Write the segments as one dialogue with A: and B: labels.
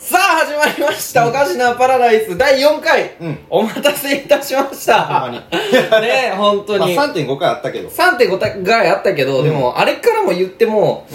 A: 始まりました、おかしなパラダイス第4回、
B: うん
A: お待たせいたしまし
B: ほん
A: た
B: まに。
A: ねえ本当に、
B: まあ、3.5回あったけど。
A: 3.5回あったけど、でもあれからも言っても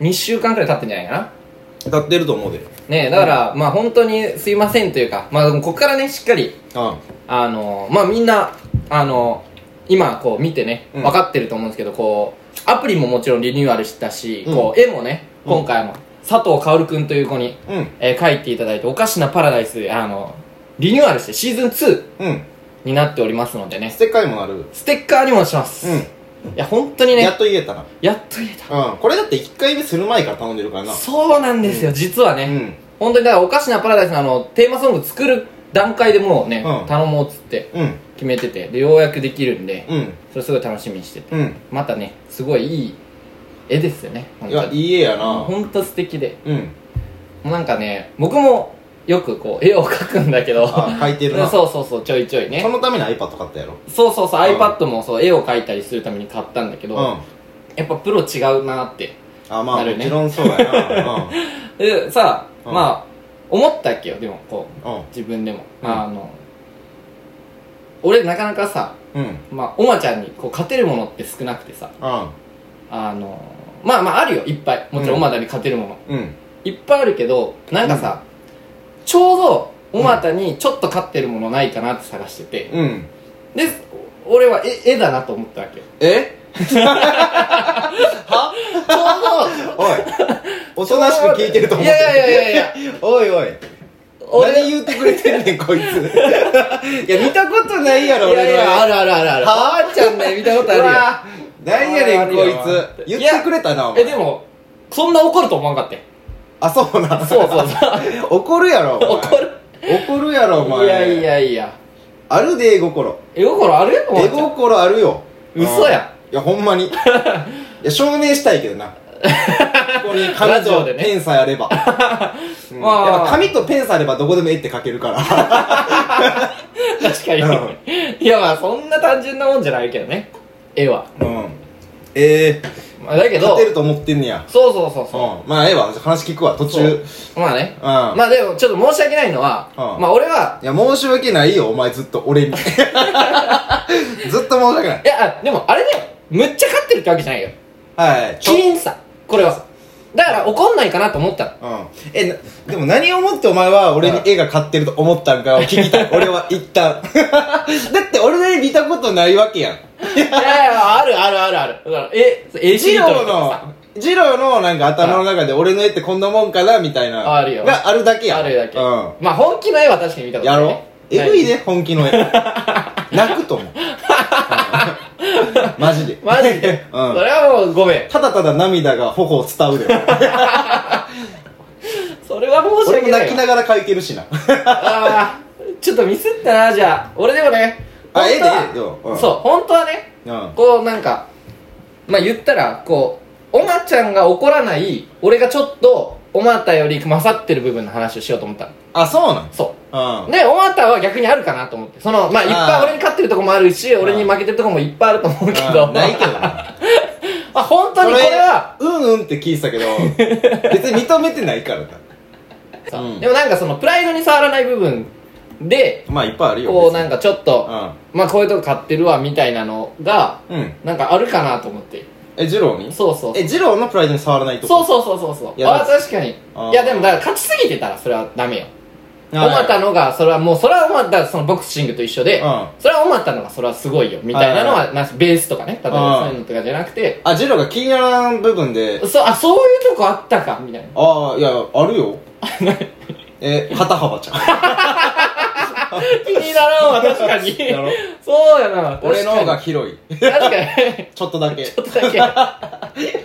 A: 2週間くらい経ってんじゃないかな
B: うん。歌ってると思うで。
A: ねえだから、まあ本当にすいませんというかまあでもここからねしっかり
B: あ
A: あのまあみんなあの今こう見てね
B: うん
A: 分かってると思うんですけど、こうアプリももちろんリニューアルしたし、
B: うん
A: こう絵もね
B: うん
A: 今回も佐藤薫君という子に、
B: うん。
A: えー書いていただいて「おかしなパラダイス」あのリニューアルしてシーズン2
B: うん。
A: になっておりますのでね
B: ステッカーにもなる。
A: ステッカーにもします、い
B: うん。
A: や本当にね
B: や
A: や
B: っと言えたな。
A: っと言えた
B: うん。これだって1回目する前から頼んでるからな。
A: そうなんですよ、実はね、
B: うん。
A: 本当にだから「おかしなパラダイスの」あのテーマソング作る段階でもうね、
B: うん
A: 頼もうっつって
B: うん。
A: 決めててでようやくできるんで、
B: うん。
A: それすごい楽しみにしてて
B: うん。
A: またねすごいいい絵ですよね本
B: い
A: 当
B: や、
A: に
B: いい絵や
A: もう
B: な。
A: ほんと素敵で
B: うん。
A: もうなんかね僕もよくこう絵を描くんだけど
B: あ、書いてるな。そ
A: そうそうそうちょいちょいね
B: のために iPad 買ったやろ。
A: そうそうそう、
B: うん
A: iPad もそう絵を描いたりするために買ったんだけ
B: う
A: ど、
B: ん。あ、
A: やっぱプロ違うなって
B: ま
A: な
B: あ、
A: る
B: も
A: ね
B: ちろんそう やな。
A: でさあ、
B: うん
A: まあ思ったっけよでもこう
B: うん。
A: 自分でも、
B: うん
A: あの俺なかなかさ
B: うん。うん。
A: まあおまちゃんにこう勝てるものって少なくてさあのまあまああるよいっぱいもちろん
B: う
A: お
B: ん
A: またに勝てるもの、
B: うん。うん。
A: いっぱいあるけどなんかさ、ちょうどおまたにちょっと勝ってるものないかなって探してて、
B: うん。
A: で俺は絵絵だなと思ったわ けよ
B: えは
A: ちょうど
B: おい。おとなしく聞いてると思って
A: いやいやいやいや
B: や。 おいおい。何言うてくれてんねん、こいつ。 いや、見たことないやろ、
A: いやい
B: 俺の。
A: や、あるあるあるある。
B: は
A: あーちゃんね、見たことある
B: う
A: よ。
B: わなんやねん、こいつ。言ってくれたな、お前
A: え、で。も、そんな怒ると思わんかって。
B: あ、そうな。
A: そうそうそう。
B: う。 怒るやろ、お前
A: 怒る。
B: 怒るやろ、お前。
A: いやい。やいや。
B: あるで、絵心。
A: 絵心あるよ、お
B: 絵
A: 前ちゃん。
B: 心あるよ。
A: 嘘や
B: うん。いや、ほん まに。いや、証明したいけどな。ここに
A: ラ
B: 紙
A: ジオ
B: と
A: でね
B: ペンさえあれば。うん
A: まあ
B: やっぱ紙とペンさえあればどこでも絵って描けるから。
A: 確かに。いや、まあ、そんな単純なもんじゃないけどね。絵は。
B: うん。ええ。
A: まあ、だけど
B: 勝、てると思ってんねや。
A: そうそうそうそう。
B: うん。まあ、ええわ。話聞くわ、途中。うん。
A: まあね。
B: ま
A: まあでも、ちょっと申し訳ないのは、
B: うん
A: まあ俺は、
B: いや、申し訳ないよ、お前ずっと俺に。 ずっと申し訳ない。
A: いや、あでもあれね、むっちゃ勝ってるってわけじゃないよ。
B: はい。
A: キリンさ、これは。だから怒んないかなと思ったの。
B: うん。え、なでも何をもってお前は俺に絵が買ってると思ったんかを聞きた い。俺は一旦。だって俺の絵見たことないわけやん。
A: いやいや、あるあるあるある。だから、え、絵し
B: ジ
A: り
B: ロ
A: とりと
B: ー
A: かさ。
B: の、ジローのなんか頭の中で俺の絵ってこんなもんかなみたいな。
A: あるよ
B: があるだけやん。
A: あるだけ、
B: う
A: まあ本気の絵は確かに見た
B: ん。
A: こと
B: や
A: ない、
B: ろ
A: ね、
B: えぐいね、本気 の絵。泣くと思う。うんマジで。
A: マジで、
B: うん
A: それはもうごめん
B: ただただ涙が頬を 伝うで。
A: それは申し
B: 俺
A: 訳
B: も
A: ない
B: 泣きながら書いてるしな。
A: あーちょっとミスったなじゃあ俺でもね
B: あ
A: 本当は
B: 絵で絵でようん
A: そう本当はね
B: うん。
A: こうなんかまあ言ったらこうおまちゃんが怒らない俺がちょっとおまたより勝ってる部分の話をしようと思ったの
B: あ、そうなん
A: そう
B: うん。
A: で、おまたは逆にあるかなと思って。その、まあ、いっぱい
B: あー
A: 俺に勝ってるとこもあるし、
B: ん
A: 俺に負けてるとこもいっぱいあると思うけど。
B: うんないけどな。
A: まあ、本当にこれは、
B: それ、うんうんって聞いてたけど、 別に認めてないからな。
A: さ
B: うん
A: でもなんかそのプライドに触らない部分で
B: まあ、いっぱいあるよ。
A: こうなんかちょっ
B: 別
A: と、
B: に
A: まあこういうとこ買ってるわみたいなのが
B: うん。うん。
A: なんかあるかなと思って
B: え、ジローに
A: そうそう
B: え、ジローのプライドに触らないと
A: そう
B: う。
A: そうそうそうそう
B: いや
A: ああ確かに
B: あー
A: いやでもだから勝ちすぎてたらそれはダメよお
B: はい
A: またのがそれはもうそれはおまたそのボクシングと一緒で
B: うん
A: それはおまたのがそれはすごいよみたいなの
B: はい
A: はなベースとかね例えばそういうのとかじゃなくて
B: あ、ジローが気にならん部分で、
A: そあそういうとこあったかみたい な
B: ああ、いや、あ るよ。え、肩幅ちゃん。
A: 気にならんわ確かに
B: やろ
A: そうやな
B: 俺の方が広い。
A: 確かに確かに
B: ちょっとだけ。
A: ちょっとだけ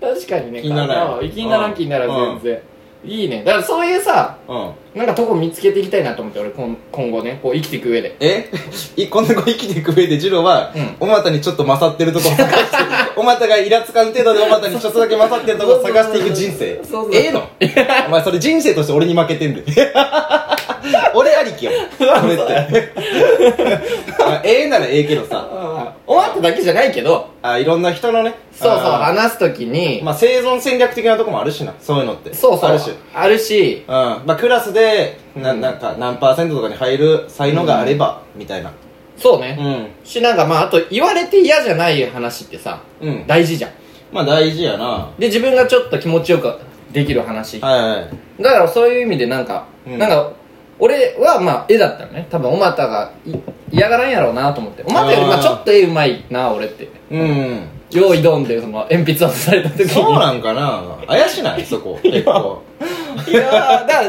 A: 確かにね
B: 気にならん
A: 体は気にならん気になら
B: うん
A: ん全然いいねだからそういうさ
B: うん。
A: なんかとこ見つけていきたいなと思って俺今今後ねこう生きていく上で
B: え いこんな子生きていく上で、ジローは
A: うん、
B: おまたにちょっと勝ってるとこを 探して、おまたがイラつかん程度でおまたにちょっとだけ勝ってる とこを探していく人生
A: そうそう。
B: ええの お前それ人生として俺に負けてんで。 俺ありきやもん。それって。あええならええけどさ。
A: ああおまただけじゃないけど、
B: あいろんな人のね
A: そうそう、
B: あ
A: 話すときに、
B: ーまあ生存戦略的なとこもあるしなそういうのって
A: そうそう、
B: あるしうん
A: あるし、
B: まあクラスでな
A: うん
B: なんか何パーセントとかに入る才能があればみたいな
A: そうね。
B: うん
A: し、なんかまあ、あと言われて嫌じゃない話ってさ、
B: うん
A: 大事じゃん。
B: まあ大事やな
A: で、自分がちょっと気持ちよくできる話。
B: はいはい
A: だからそういう意味でなんか、
B: うん
A: なんか、俺はまあ、絵だったのね。多分、おまたがい嫌がらんやろうなと思って。おまたよりま
B: あ
A: あ
B: ー
A: ちょっと絵うまいな、俺って。
B: うん
A: 用意ドンで、その、鉛筆渡された時に。
B: そうなんかな怪しないそこ結構
A: いやーだから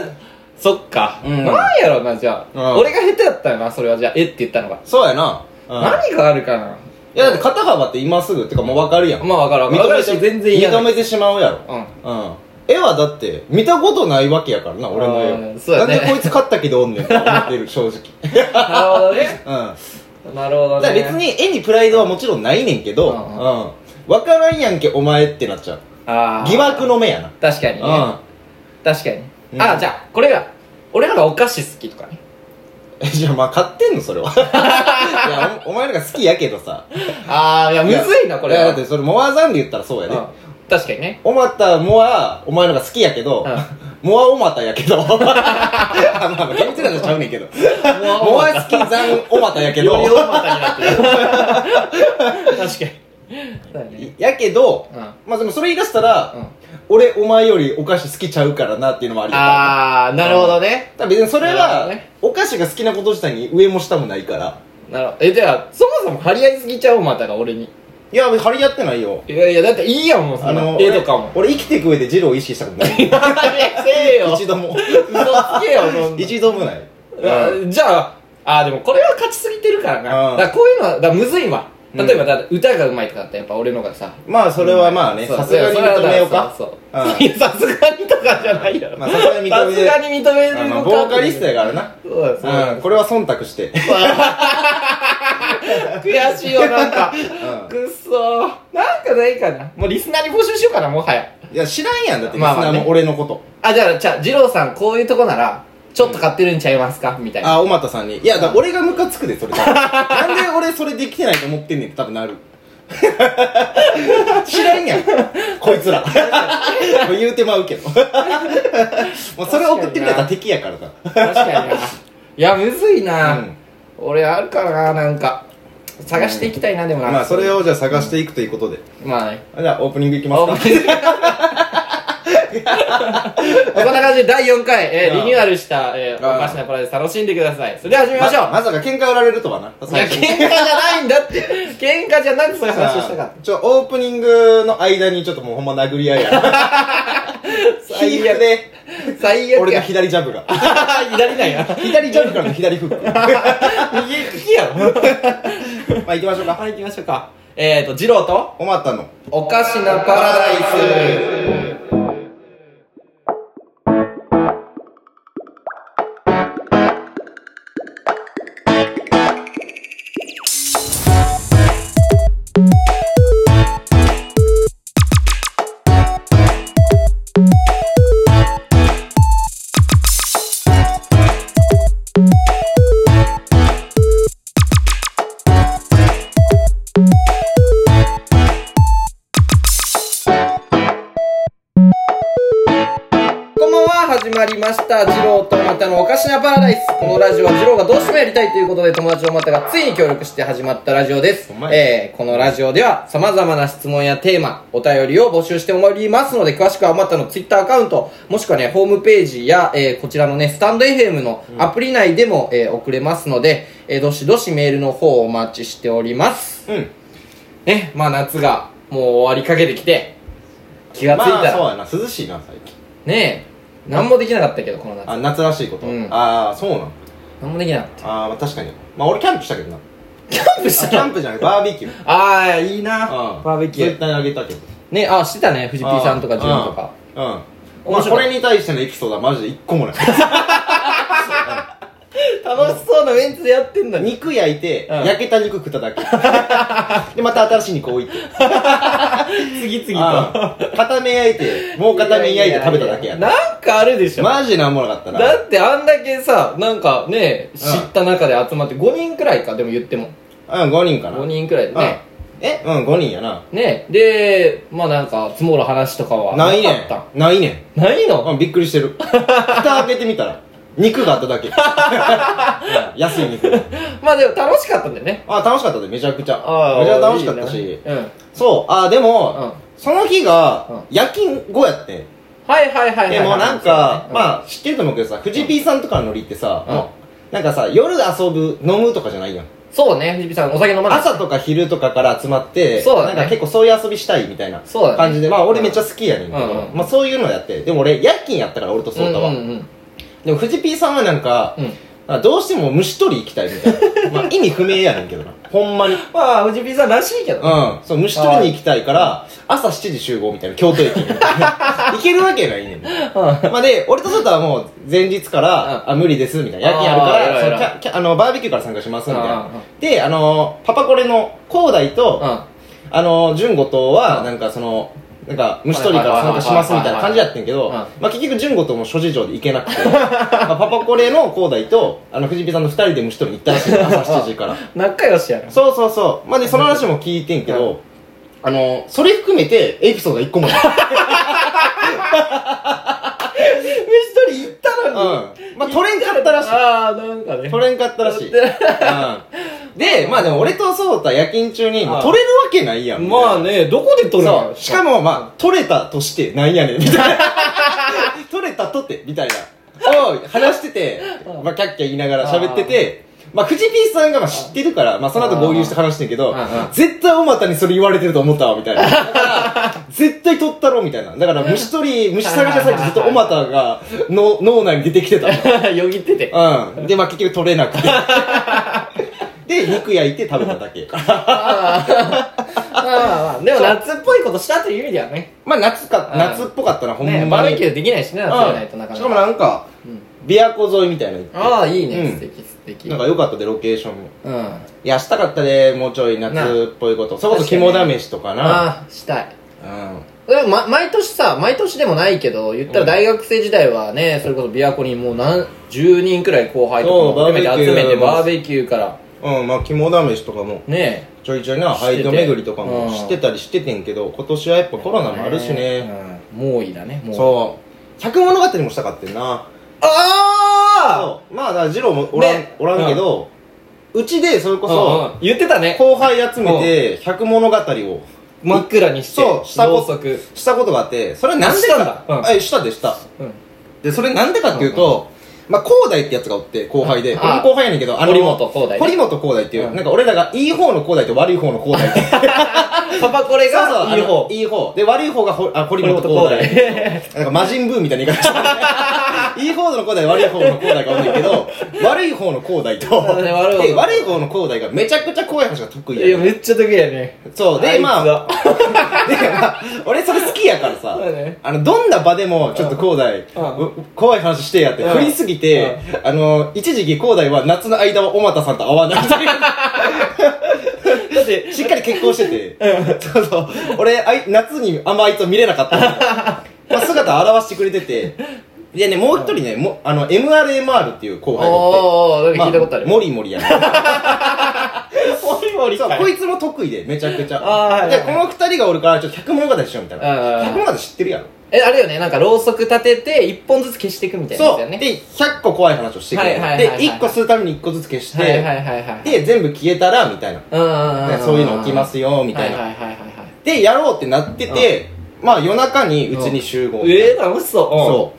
A: そっか、
B: うん
A: なんやろうなじゃあ、
B: うん
A: 俺が下手だったよなそれはじゃあえって言ったのが、
B: そうやなうん
A: 何があるかない
B: やだって肩幅って今すぐってかもう分かるやん
A: まあ分からん分かるし全然嫌
B: 認
A: だ
B: めてしまうやろ
A: うん
B: うん絵はだって見たことないわけやからな俺の
A: う
B: 絵
A: んそうやね
B: なんでこいつ勝ったけどおんねんって思ってる正直
A: なるほどね
B: うん
A: なるほど
B: だ
A: ね
B: から別に絵にプライドはもちろんないねんけど、
A: う
B: うんん分からんやんけお前ってなっちゃう
A: あー
B: 疑惑の目やな
A: 確かにね
B: う
A: 確かに、
B: うん
A: あーじゃあこれが俺らがお菓子好きとかね
B: ん じゃあまあ買ってんの それはいやおお前らが好きやけどさ
A: ああいやむずいなこれ
B: や
A: は
B: だってそれモアザンで言ったらそうやで、
A: うん確かにね
B: おまたモアお前のが好きやけど、モアおまたやけど まあまあ厳密なのちゃうねんけどモア好きザンおまたやけど
A: より大股になってる 確かにそうだね
B: やけど、
A: うん
B: まあでもそれ言い出したら、
A: うん
B: 俺お前よりお菓子好きちゃうからなっていうのもありだ
A: ああなるほどね、
B: た別にそれ
A: なるほ
B: は、
A: どね
B: お菓子が好きなこと自体に上も下もないから
A: なるほどえじゃあそもそも張り合いすぎちゃうまたが俺に
B: いや張り合ってないよ
A: いやいやだっていいやんもうそ
B: あの
A: の絵とかも
B: 俺俺生きていく上でジローを意識したことない
A: いやせえ よ
B: 一度も
A: 嘘つけよ そんな
B: 一度もない
A: あじゃああでもこれは勝ちすぎてるからな、
B: うん
A: だからこういうのはだからむずいわ
B: うん
A: 例えばだって歌がうまいとかだったらやっぱ俺のがさ
B: まあそれはまあね
A: そう
B: さすがに
A: それはだか
B: 認
A: ら
B: めようか
A: そう
B: うん
A: そういやさすがにとかじゃないやろ
B: まあさすがに認
A: さ
B: め
A: す
B: て
A: がに認める
B: あ
A: の
B: の
A: か
B: ボーカリストやからな
A: そうだそうだ
B: うんこれは忖度して
A: 悔しいよなんか
B: ん
A: くっそーなんかないかなもうリスナーに募集しようかなもはや
B: いや知らんやんだってリス
A: まあま
B: ナ
A: あね
B: ーも俺のこと
A: あ、じゃあ、じゃあ、二郎さん、こういうとこなら、ちょっと買ってるんちゃいますかみたいな。
B: あ、おまたさんに。いや、だから俺がムカつくで、それ 多分なんで俺それできてないと思ってんねんって多分なる。 知らんやん。こい つら。もう言うてまうけど。もうそれ送ってくれたら敵やからな。
A: 確かにな。いや、むずいな。
B: うん
A: 俺、あるかな、なんか。探していきたいな、でもな。
B: まあ、それ。をじゃあ探していくということで。
A: まあね。
B: じゃあ、オープニングいき
A: あ
B: ま
A: お
B: すか。
A: 前こんな感じで第4回、えー
B: うん
A: リニューアルした、えー、
B: うん
A: おかしなプロです楽しんでください。それでは始めましょう、
B: ままさか喧嘩売られるとはな。
A: いや、喧嘩じゃないんだって。喧嘩じゃなくそういう話をしたかった。
B: ちょ、オープニングの間にちょっともうほんま殴り合い や。
A: 最
B: 皮膚
A: 悪。
B: で、
A: 最悪
B: 俺の
A: や。
B: 左ジャブが。
A: 左なんや。
B: 左ジャブからの左フッ ク。
A: 右利きやろ。
B: まあ、行きましょうか。
A: はい、行きましょうか。えーと、二郎と、
B: おまたの。
A: おかしなパラダイス。こんばんは、始まりました。二郎とまたのおかしなパラダイス。このラジオは二郎がどうしてもやりたいということで、友達のまたがついに協力して始まったラジオです
B: ほん。まや
A: えー、このラジオでは様々な質問やテーマ、お便りを募集しておりますので、詳しくはおまたのツイッターアカウント、もしくはね、ホームページや、えー、こちらのね、スタンド FM のアプリ内でも、えー、送れますので、えー、どしどしメールの方をお待ちしております。
B: うん。
A: ね、まあ夏がもう終わりかけてきて、気がつい
B: まあ
A: たら、
B: そうやな涼しいな最近
A: ねえ、何もできなかったけど、この夏。
B: あ夏らしいこと、
A: うん
B: ああそうなの
A: 何もできなかっ
B: あーまあ確かにまあ俺キャンプしたけどなあ
A: た。キャンプし
B: キ
A: た
B: ャ
A: の
B: ンプじゃないバーベキュー
A: ああ、いいな、
B: うん
A: バーベキュ
B: 絶
A: ー。
B: 対あげたけど
A: ね、あしてたね、藤
B: あー
A: P さんとかジュンとか。
B: うん、うんま
A: 面
B: あ、
A: 白い
B: これに対してのエピソードはマジで一 個もない
A: 楽しそうなメンツでやってんの。
B: 肉焼いて、
A: うん
B: 焼けた肉食っただけ でまた新しい肉置いて
A: 次々と。
B: うん片目焼いてもう片目焼いて食べただけやな
A: なんかあるでしょ。
B: マジなんもなかったな
A: だってあんだけさ、なんかね、知った中で集まって、5人くらいか、でも言っても。
B: うん、5人かな。
A: 5人くらいでね、
B: うん。えうん、5人やな。
A: ねでまあなんか積もる話とかは
B: ない
A: か
B: ね
A: った
B: ん。ないね
A: ない
B: ん。う
A: の
B: ん、びっくりして る。蓋開けてみたら、肉があっただけ。うん安い肉。
A: まあでも楽しかったんだよね
B: あ、楽しかったで、めちゃくちゃ。
A: ああ
B: めちゃ楽しかった
A: いいね
B: し。
A: うん
B: そう、あ、でも、その日が、
A: う
B: 夜勤後やってん。
A: はいはいはいはい
B: でもなんか、
A: あ
B: まあ知ってると思うけどさ、フジピーさんとかのノリってさ、
A: うん
B: もうなんかさ、夜遊ぶ、飲むとかじゃないやん。
A: そうね藤井さんお酒飲まない
B: 朝とか昼とかから集まって、
A: そうだね
B: なんか結構そういう遊びしたいみたいな
A: そうだね
B: 感じで、まあ俺めっちゃ好きやねんけ
A: うん
B: ど
A: う、ん
B: まあそういうのやって、でも俺夜勤やったから俺と
A: う
B: ソ
A: ん
B: ータ
A: うん
B: は。
A: うん
B: でもフジピーさんはなんか
A: うん、
B: なんかどうしても虫取り行きたいみた いな。まあ意味不明やねんけどな。ほんまに。
A: まあ藤井さんらしいけどね
B: うん。そう、虫取りに行きたいから、朝7時集合みたいな、京都駅 に。行けるわけないね
A: う
B: ん。
A: ん
B: まあで、俺とソタはもう前日から、あ、無理です、みたいな。夜勤あるか
A: あー偉い偉い
B: ら、そうキャキャあの、バーベキューから参加します、みたい
A: あ
B: な
A: ーあ。
B: で、あの、パパコレの広大
A: う
B: と、
A: ん
B: あの、純後藤
A: う
B: は、
A: ん
B: なんかその、なんか、虫取りから参加しますみたいな感じやってんけど、
A: うん
B: まあ結局、純後藤も諸事情で行け なくて、まあパパコレの広大と、あの、藤井さんの二人で虫取りに行ったらしいの朝7時から。
A: 仲良しやな
B: そうそうそう。まあで、その話も聞いてんけど、あの、それ含めてエピソードが一個もない。
A: 虫取り行った
B: うん。
A: のに
B: まあ、取れんかったらしい。
A: ああなんかね
B: 取れんかったらしい。
A: 取
B: うんで、まあでも俺とそうた夜勤中に、
A: ああ
B: 取れるわけないやん。
A: まあねどこで取る
B: そ
A: の
B: う。しかもまあ、取れたとしてなんやねん、みたい な。取れたとて、みたいな。を話してて、まあキャッキャ言いながら喋ってて、まあ、藤ピーさんがまあ知ってるから、まあ、その後合流して話してんけど
A: ああああ、
B: 絶対おまたにそれ言われてると思ったわ、みたいな。だから、 絶対取ったろ、みたいな。だから、虫取り、虫探した先ずっとおまたが、の、脳内に出てきてた。
A: よぎって て
B: うん。で、まあ結局取れ なくて。で、肉焼いて食べただけ。
A: ああまあまあでも夏っぽいことしたという意味ではね
B: まあ夏か
A: う、ん
B: 夏っぽかったな、ほんま
A: ね
B: に。
A: バーベキュ
B: ュ
A: ーできないしね夏じゃないとなか
B: し
A: な
B: かも
A: か
B: なんか
A: うん、
B: 琵琶湖沿いみたいなの行って
A: ああいいね
B: うん
A: 素敵素敵
B: なんか良かったで、ロケーションも。
A: うんあ
B: いや、したかったで、もうちょい夏っぽいこと。それこそ肝試しとかな。
A: あしたい
B: うん。
A: でもま、毎年さ毎年でもないけど言ったら大学生時代はね、それこそ琵琶湖にもう何10人くらい後輩とかも
B: そう
A: 含め
B: バー
A: て
B: ベキ
A: 集
B: ュー
A: めてバーベキューから
B: うん、まあ肝試しとかも、
A: ね
B: ちょいちょいな、
A: してて
B: ハイド巡りとかも
A: うん
B: してたりしててんけど、今年はやっぱコロナもあるしね。
A: うん猛威だねもう
B: そう。百物語もしたかってんな。
A: あ
B: そうまあだからジローもおらん,、
A: ね
B: おらんけど、うちでそれ
A: あ
B: こ
A: そ
B: そ、
A: う言ってたね
B: 後輩集めて百物語を
A: 真っ暗にして
B: そうした
A: ろ
B: こ
A: うそく
B: したことがあってそれなんで
A: したんだ
B: か
A: うん
B: えしたでした
A: うん
B: でそれなんでかっていうと、まあ、広大ってやつがおって、後輩で。
A: うん
B: これも後輩やねんけど、あの、
A: 堀本広大ね
B: 堀本広大っていう、
A: うん
B: なんか俺らがいい方の広大と悪い方の広大って。
A: パパこれ
B: そうそうあ
A: が
B: の
A: いい方
B: いい方。で、悪い方がほあ堀本広
A: 堀本
B: 大。 なんか魔人ブーみたいな言い方 してるいい方の広大、悪い方の広大がおるんだけど、悪い方の広大
A: そ
B: と、
A: うね悪い方
B: で悪い方の広大がめちゃくちゃ怖い話が得意
A: いや
B: やねん
A: めっちゃ得意やね
B: そう、
A: あい
B: で、
A: つ
B: まあ、
A: は
B: でまあ俺それ好きやからさ
A: そうだね、
B: あの、どんな場でも、ちょっと広大
A: うん、
B: 怖い話してやって、
A: うん
B: 振りすぎて、あの、一時期広大は夏の間は小俣さんと会わない みたいな。
A: だって
B: しっかり結婚してて、そうそう、俺、あい夏にあんまあいつを見れなかったんだけどまあ姿を現してくれてて、でね、もう一人ね、もあの、MRMR っていう後輩がおって、
A: おおなんか聞いたことある
B: まモリモリやね。
A: モリモリ
B: そう
A: かい
B: こいつも得意で、めちゃくち
A: あーは
B: ゃ。
A: いはい
B: で、この二人がおるから、ちょっと百物語しようみたいな。
A: うん
B: 百物語知ってるやろ。
A: えあれよねなんかろうそく立てて一本ずつ消していくみたいなや
B: そ
A: つ
B: う。
A: よ
B: で
A: ね、
B: 100個怖い話をしてくれる
A: はいはいはいはい
B: で、1個するために1個ずつ消し
A: はいはい
B: て、
A: はいはい
B: で、全部消えたら、みたいな。
A: うんうんうんん
B: そういうの起きますよ、みたい
A: はいは
B: な。
A: いはいはいはい
B: で、やろうってなってて、まあ夜中にうちに集合。
A: ええ楽しそう
B: そ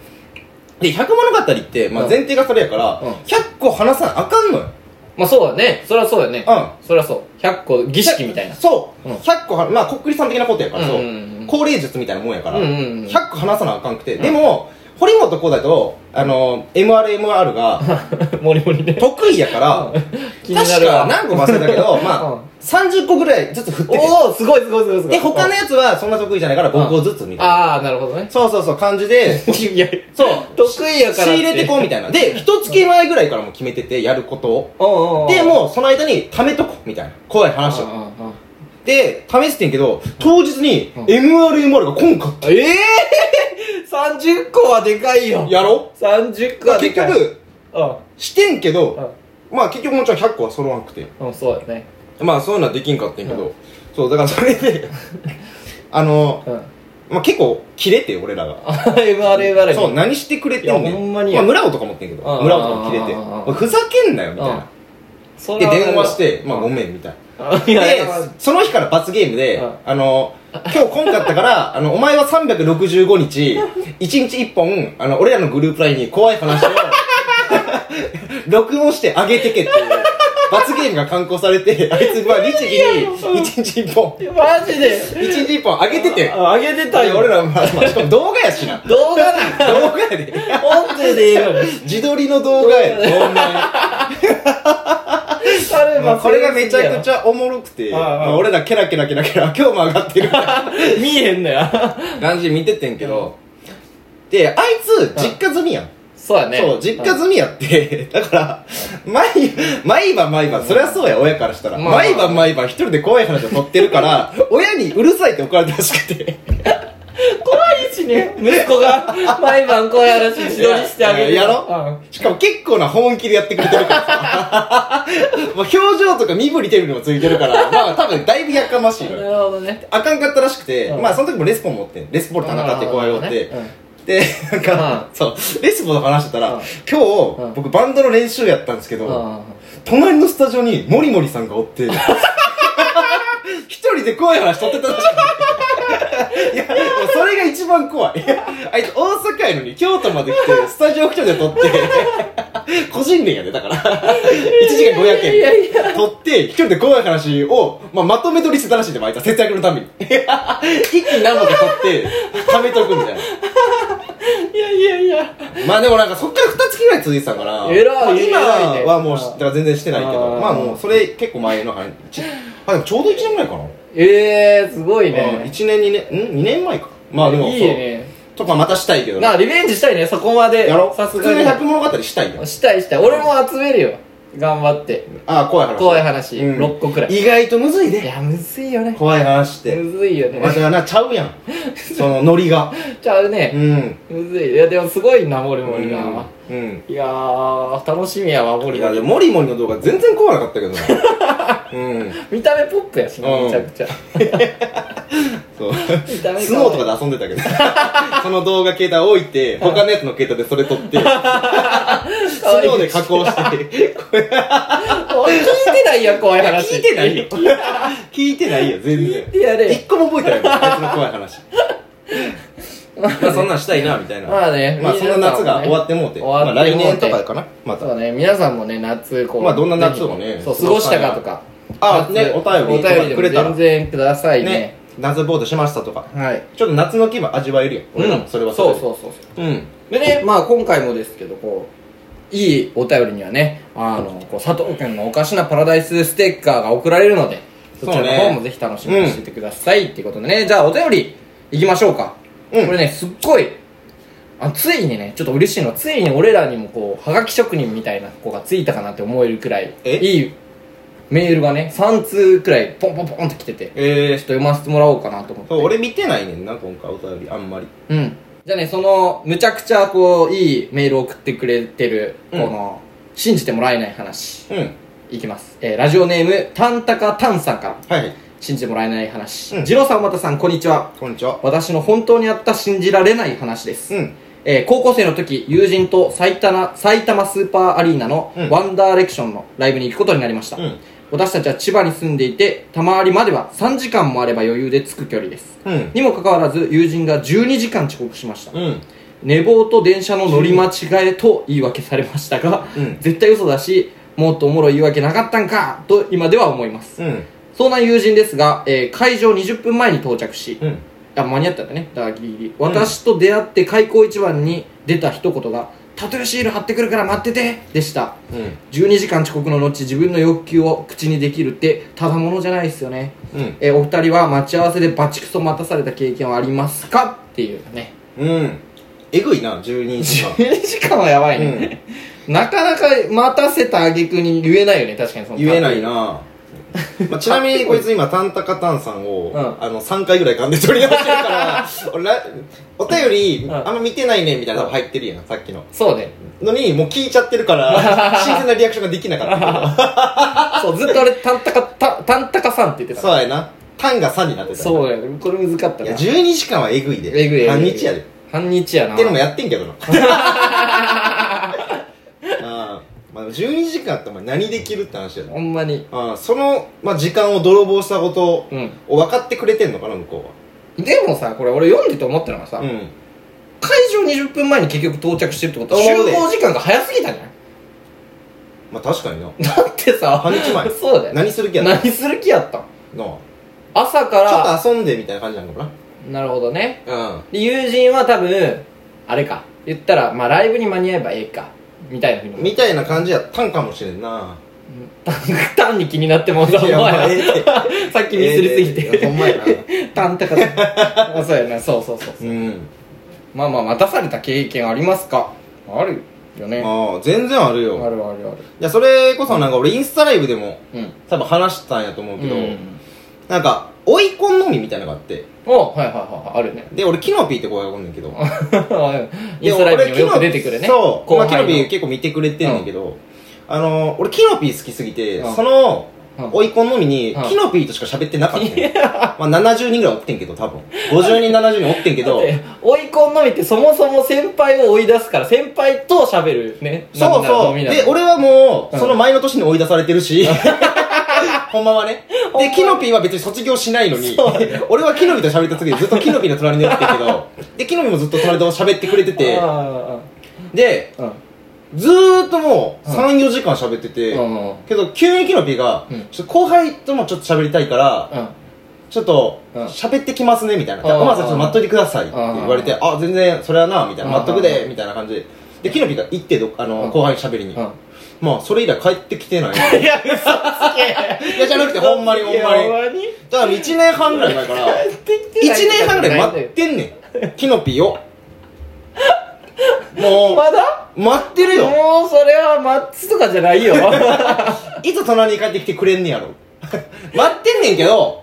B: う。で、100物語って、ま
A: う
B: あ
A: ん
B: 前提がそれやから
A: うん、
B: 100個話さなあかんのよ。
A: うんまあそうだねそりゃそうだね
B: う
A: そりゃそう100個儀式みたいな
B: そう。
A: うん
B: 100個は、まあ、こっくりさん的なことやから、そう
A: うんうんうん。
B: 高齢術みたいなもんやから、
A: うんうんうん
B: 100個話さなあかんくて。でも、堀本光大と、あの、MRMR が、
A: モリモリで
B: 得意やから、
A: 気にな
B: 確
A: る
B: か
A: わ
B: 何個忘れたけど、まあ、
A: うん
B: 30個ぐらいずつ振ってて。
A: おおすごいすごいすごいすごい
B: で、他のやつはそんな得意じゃないから
A: うん
B: 5個ずつみたいな。
A: ああなるほどね
B: そうそうそう、感じで、
A: いや
B: そう。
A: 得意やから
B: 仕入れてこうみたいな。で、一月前ぐらいからも決めてて、やることを。
A: おうおうおう
B: で、もうその間に貯めとこうみたいな。怖い話
A: う
B: を。
A: んうんうん
B: で、試してんけど、当日に
A: うん
B: MRMR が来んかっ
A: え えー、30個はでかいよ
B: た。やろ
A: 30個はで
B: 結
A: かい
B: 局、
A: 局
B: してんけ
A: うん
B: ど、まあ結局もちろん100個は揃わんくて。
A: うん、うん、そうだね
B: まあそういうのはできんかったんやけど、そうだからそれで あの、
A: うん。
B: まあ、結構キレて俺らが
A: あれはあれはあれ。
B: そう何してくれてんね
A: いやほんまに
B: まあ、村尾とか持ってんけど
A: ああ
B: 村尾とかもキレて
A: ああああ
B: おいふざけんなよみたいな
A: それ
B: で
A: は
B: 電話して「まあごめん」みたいな
A: あ いやい
B: で
A: や、
B: その日から罰ゲームで
A: うん
B: あの今日来んかったから あのお前は365日1日1本あの俺らのグループラインに怖い話を 録音してあげてけっていう罰ゲームが刊行さ れてあいつまあ律儀に1日1本
A: マジで。
B: 1日1本あげててで
A: あげてたよ。
B: 俺らまあまあしかも動画やしな
A: 動画なんだ。
B: 動画やで
A: 音声で言うのに。
B: 自撮りの動画やほんま に
A: あれ
B: まあこれがめちゃくち
A: ゃ。
B: ゃおもろくて、
A: ああああ
B: まあ俺らケラケラケラケラ今日も上がってる
A: 見えへんのや。
B: 感じで見ててんけど、であいつ実家住みやん、
A: そうやね。
B: そう実家住みやって、 だから毎毎晩毎晩そりゃそうや親からしたら、
A: まあまあ
B: 毎晩毎晩一人で怖い話を撮ってるから 親にうるさいって怒られたらしくて
A: 怖いしね。 息子が毎晩こうやらしい自撮りしてあげる。
B: やろしかも結構な本気でやってくれてるか らさもう表情とか身振り手振りもついてるからまあ多分だいぶやかましい
A: うん。
B: の
A: な
B: よ
A: るほどね。
B: あかんかったらしくて、
A: うん
B: まあその時もレスポン持ってんレスポール田中って子がおって、
A: うん
B: でなんか、
A: う
B: そうレスポンと話してたら、
A: うん
B: 今日、
A: うん
B: 僕バンドの練習やったんですけど、
A: あ
B: 隣のスタジオにモリモリさんがおって 一人で怖い話撮ってたらしいいやでもそれが一番怖いあいつ大阪やのに京都まで来てスタジオ一人で撮って個人練やでだから1時間500円
A: いやい
B: 撮って一人で怖い話を、まあ、まとめ撮りしてたらしいでもあいつは節約のために一気に何本か撮って貯めとくみたいな
A: あいやいやいや。
B: まあでもなんかそっから2月ぐらい続いてたから
A: 偉い
B: まあ今
A: 偉いね
B: はもう知ったら全然してないけ
A: あ
B: ど
A: ー
B: まあもうそれ結構前の話ちあでもちょうど1年ぐらいかな、
A: ええー、すごい
B: うん
A: ね。
B: 1年2年ん2年前かまあでも
A: いいね。
B: そうとかまたしたいけど
A: なあ、リベンジしたいね、そこまで。
B: やろ
A: さす
B: 普
A: が
B: 通に
A: に。
B: 百物語したいよ
A: したいしたい。俺も集めるよ。頑張って。
B: ああ怖い話
A: 怖い話、
B: うん
A: 6個くらい。い
B: 意外とむずいで
A: や、むずいよね。
B: 怖い話って
A: むずいよね。
B: またなちゃう やんそのノリが
A: ちゃう
B: う
A: ね。
B: ん
A: むずい。いや、でもすごいな、モルモ
B: う
A: ルが。
B: んうん
A: いやー、楽しみやわ、モ
B: い
A: ルモ
B: や
A: ル。
B: でもモリモリの動画全然怖なかったけ どなうん
A: 見た目ポップやしな、
B: うん
A: めちゃくちゃ。
B: そう
A: 見た目可愛い
B: スノーとかで遊んでたけど その動画携帯置いて他のやつの携帯で それ撮ってス
A: 可愛い
B: ノーで加工してこれ
A: おい聞いてないやん、怖い話。
B: 聞いてないよ 聞いてないよ全然
A: 聞いてやれ
B: 一個も覚えてないも んあいつの怖い話まあそんなんしたいなみたいな
A: まあね
B: まあそんな夏が終わってもうてまあ来年とか
A: か
B: かなま
A: そ
B: た
A: うね、皆さんもね、夏、こう。
B: まあどんな夏をね
A: ぜひそう、過ごしたかとか。
B: あ
A: 夏
B: ねお便り
A: お便りで
B: く
A: も
B: れたら
A: 全然ください
B: ね
A: ね。
B: 夏ボートしましたとか
A: はい。
B: ちょっと夏の気分味わえるよ俺らもそれは
A: そう
B: う
A: そうそうそう。
B: そううん
A: でね、まあ今回もですけど、こう、いいお便りにはね、あの、こう佐藤君のおかしなパラダイスステッカーが送られるので、そちらの
B: そうね
A: 方もぜひ楽しみにしててください、っていうことでね、じゃあお便り行きましょうか。
B: うん
A: これね、すっごい、あついにね、ちょっと嬉しいのは、ついに俺らにもこう、はがき職人みたいな子がついたかなって思えるくらい、
B: え
A: いいメールがね、3通くらいポンポンポンって来てて、ちょっ
B: えー
A: と読ませてもらおうかなと思って。
B: そう俺見てないねんな今回お便りあんまり
A: うん。じゃあね、その、むちゃくちゃ、こう、いいメールを送ってくれてる、こ
B: うん
A: の、信じてもらえない話、
B: うんはい
A: いきます。えーラジオネーム、たんたかたんさんから、
B: はい
A: 信じてもらえない話。
B: うん
A: ジローさん、またさん、こんにちは。
B: こんにちは
A: 私の本当にあった信じられない話です。
B: うん
A: えー高校生の時、友人と埼玉、埼玉スーパーアリーナの
B: うん
A: ワンダーレクションのライブに行くことになりました。
B: うん
A: 私たちは千葉に住んでいて、玉まりまでは3時間もあれば余裕で着く距離です。
B: うん
A: にもかかわらず、友人が12時間遅刻しました。
B: うん
A: 寝坊と電車の乗り間違えと言い訳されましたが、
B: うん
A: 絶対嘘だしもっとおもろい言い訳なかったんかと今では思います、
B: うん
A: そんな友人ですが、えー会場20分前に到着し、
B: うん
A: あ間に合ったんだねだからギリギリ私と出会って開口一番に出た一言が「タトゥーシール貼ってくるから待ってて」でした
B: うん
A: 12時間遅刻の後自分の欲求を口にできるってただものじゃないですよね、
B: うん
A: えーお二人は待ち合わせでバチクソ待たされた経験はありますかっていうね
B: うんえぐいな12時間
A: 12時間はやばいね、なかなか待たせた挙句に言えないよね確かにその
B: 言えないなまあ、ちなみにこいつ今タンタカタンさんを、
A: うん
B: あの3回ぐらい噛んで取り直してるから俺らお便り、
A: うん
B: あんま見てないねみたいなの入ってるやんさっきの
A: そうね。
B: のにもう聞いちゃってるから新鮮なリアクションができなかった
A: そう、ずっと俺、タンタカ、タタンタカさんって言ってた。
B: そうやなタンが3になってた
A: そうやね。これ難かった
B: い
A: な
B: や。12時間はえぐいで
A: えぐいえぐい
B: 半日やでっ
A: 半日やな。
B: てのもやってんけどな あーまあ、12時間ってお前何できるって話やな
A: ほんまに。
B: あーその、まあ、時間を泥棒したこと
A: うん。
B: を分かってくれてんのかな向こ
A: でもさ、これ俺読んでて思ったのが
B: う
A: さ、
B: はうん
A: 会場20分前に結局到着してるってことは集
B: 思うね
A: 合時間が早すぎたんじゃな
B: まあ確かにない
A: だってさ、
B: 半日 前
A: そうだよ。
B: 何する気やった
A: 何する気やったん
B: の
A: 朝か
B: ちょ
A: ら、
B: っと遊んでみたいな感じなのか
A: なるほどね。
B: なうん
A: で友人は多分、あれか。言ったら、まあライブに間に合えばええか。みたいなふうに。
B: みたいな感じやったんかもしれんな
A: 単に気になってもうたお
B: い
A: 前
B: やまあ
A: は
B: ええ って
A: さっきミスりすぎて。
B: ええでほんまや な
A: タンタカタンあそうやなそうそうそう
B: うん
A: まあまあ待たされた経験ありますかあるよねあ
B: ああ全然ある
A: るあ
B: よ
A: るある
B: いやそれこそなんか俺インスタライブでも
A: うん
B: 多分話したんやと思うけど、
A: うん
B: なんか追い込んのみみたいなのがあって
A: おはいはいはいはいある ね
B: で俺キノピーって子がおんねんけど
A: インスタライブにもよく出てくるね
B: そう、
A: 後
B: ま
A: 輩
B: あ、キ
A: の
B: ノピー結構見てくれてんねんけど、あの俺キノピー好きすぎて、
A: うん
B: その
A: うん
B: 追い込んのみに、
A: うん
B: キノピーとしか喋ってなかったんよまあ70人ぐらいおってんけど多分50人70人おってんけ
A: だっ
B: ど
A: て追い込んのみってそもそも先輩を追い出すから先輩と喋るね
B: そうそうで
A: で
B: 俺はも
A: う
B: うんその前の年に追い出されてる しほんまはね
A: ほんま
B: で
A: に
B: キノピーは別に卒業しないのに
A: そ
B: 俺はキノピーと喋った時にずっとキノピーの隣に寄ってんけどでキノピーもずっと隣で喋ってくれてて
A: あ
B: で
A: あああ
B: ずーっともう
A: うん
B: 34時間喋ってて、
A: うんうん
B: けど急にキノピーが、
A: うん
B: ちょっと後輩ともちょっと喋りたいから、ちょっと
A: うん
B: 喋ってきますねみたいな「
A: あー
B: 高松さんちょっと待っといてください」って言われて「
A: あ
B: あ全然それはな」みたいな「
A: あー
B: 待っとくで」みたいな感じででキノピーが行ってどあ
A: うん
B: の後輩に喋りに、
A: うんうん
B: まあそれ以来帰ってきて ないい
A: いや嘘つけ
B: やじゃなくてほんまにほん
A: いや
B: まにだ
A: ほ
B: か
A: んまに
B: ら1年半ぐらい前から1 年半ぐらい待ってんねんキノピーをも
A: まだ
B: う 待ってるよ
A: もうそれはマッチとかじゃない よ
B: いつ隣に帰ってきてくれんねやろ 待ってんねんけど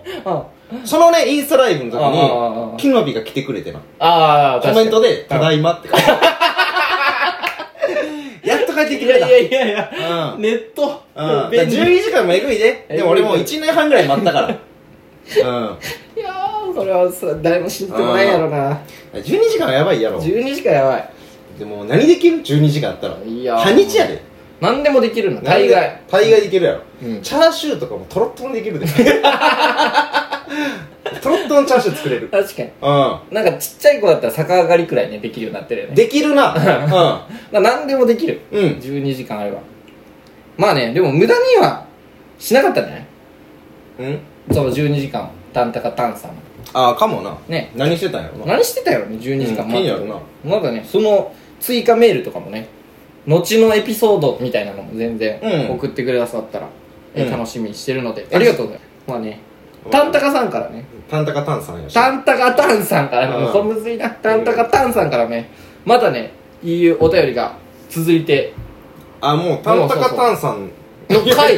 B: そのねインスタライブの
A: あーあー
B: 時にキノピーが来てくれてな
A: ああ
B: コメントで「
A: 確か
B: た
A: に
B: だいま」って やっと帰ってき
A: い
B: てく
A: や
B: れ
A: い
B: た
A: やいやいや
B: うん
A: ネット
B: うん、だから
A: 便利
B: 12時間もえぐいで
A: えぐい
B: でも俺もう1年半ぐらい 待ったからうん
A: いやーそれはさ誰も信じてもないやろな
B: 12時間はやばいやろ
A: 12時間やばい
B: でも何できる12時間あったら
A: いやー
B: 半日やで
A: 何でもできるの大概
B: 大概できるやろ、
A: うん
B: チャーシューとかもトロットロにで きるでトロットロのチャーシュー作れる
A: 確かに
B: う
A: なんかちっちゃい子だったら逆上がりくらいねできるようになってるよ
B: ん
A: ね
B: できるな
A: な何でもできる
B: うんうん
A: 12時間あればまあねでも無駄にはしなかったんじゃない
B: うん
A: その12時間をタンタカタンさん
B: ああかもな
A: ね
B: 何してたんやろな
A: 何してたよね12時間
B: うん気
A: 待
B: に
A: っ
B: な
A: て
B: るな
A: まだねその追加メールとかもね後のエピソードみたいなのも全然
B: うん
A: 送ってくださったら、え
B: うん
A: 楽しみにしてるのでありがとうございますまあねタンタカさんからね
B: タンタカタンさんやし
A: タンタカタンさんから
B: う
A: ね
B: ん
A: 小むずいなタンタカタンさんからねまたねいいお便りが続いて
B: あもうタンタカタンさん
A: そうの 回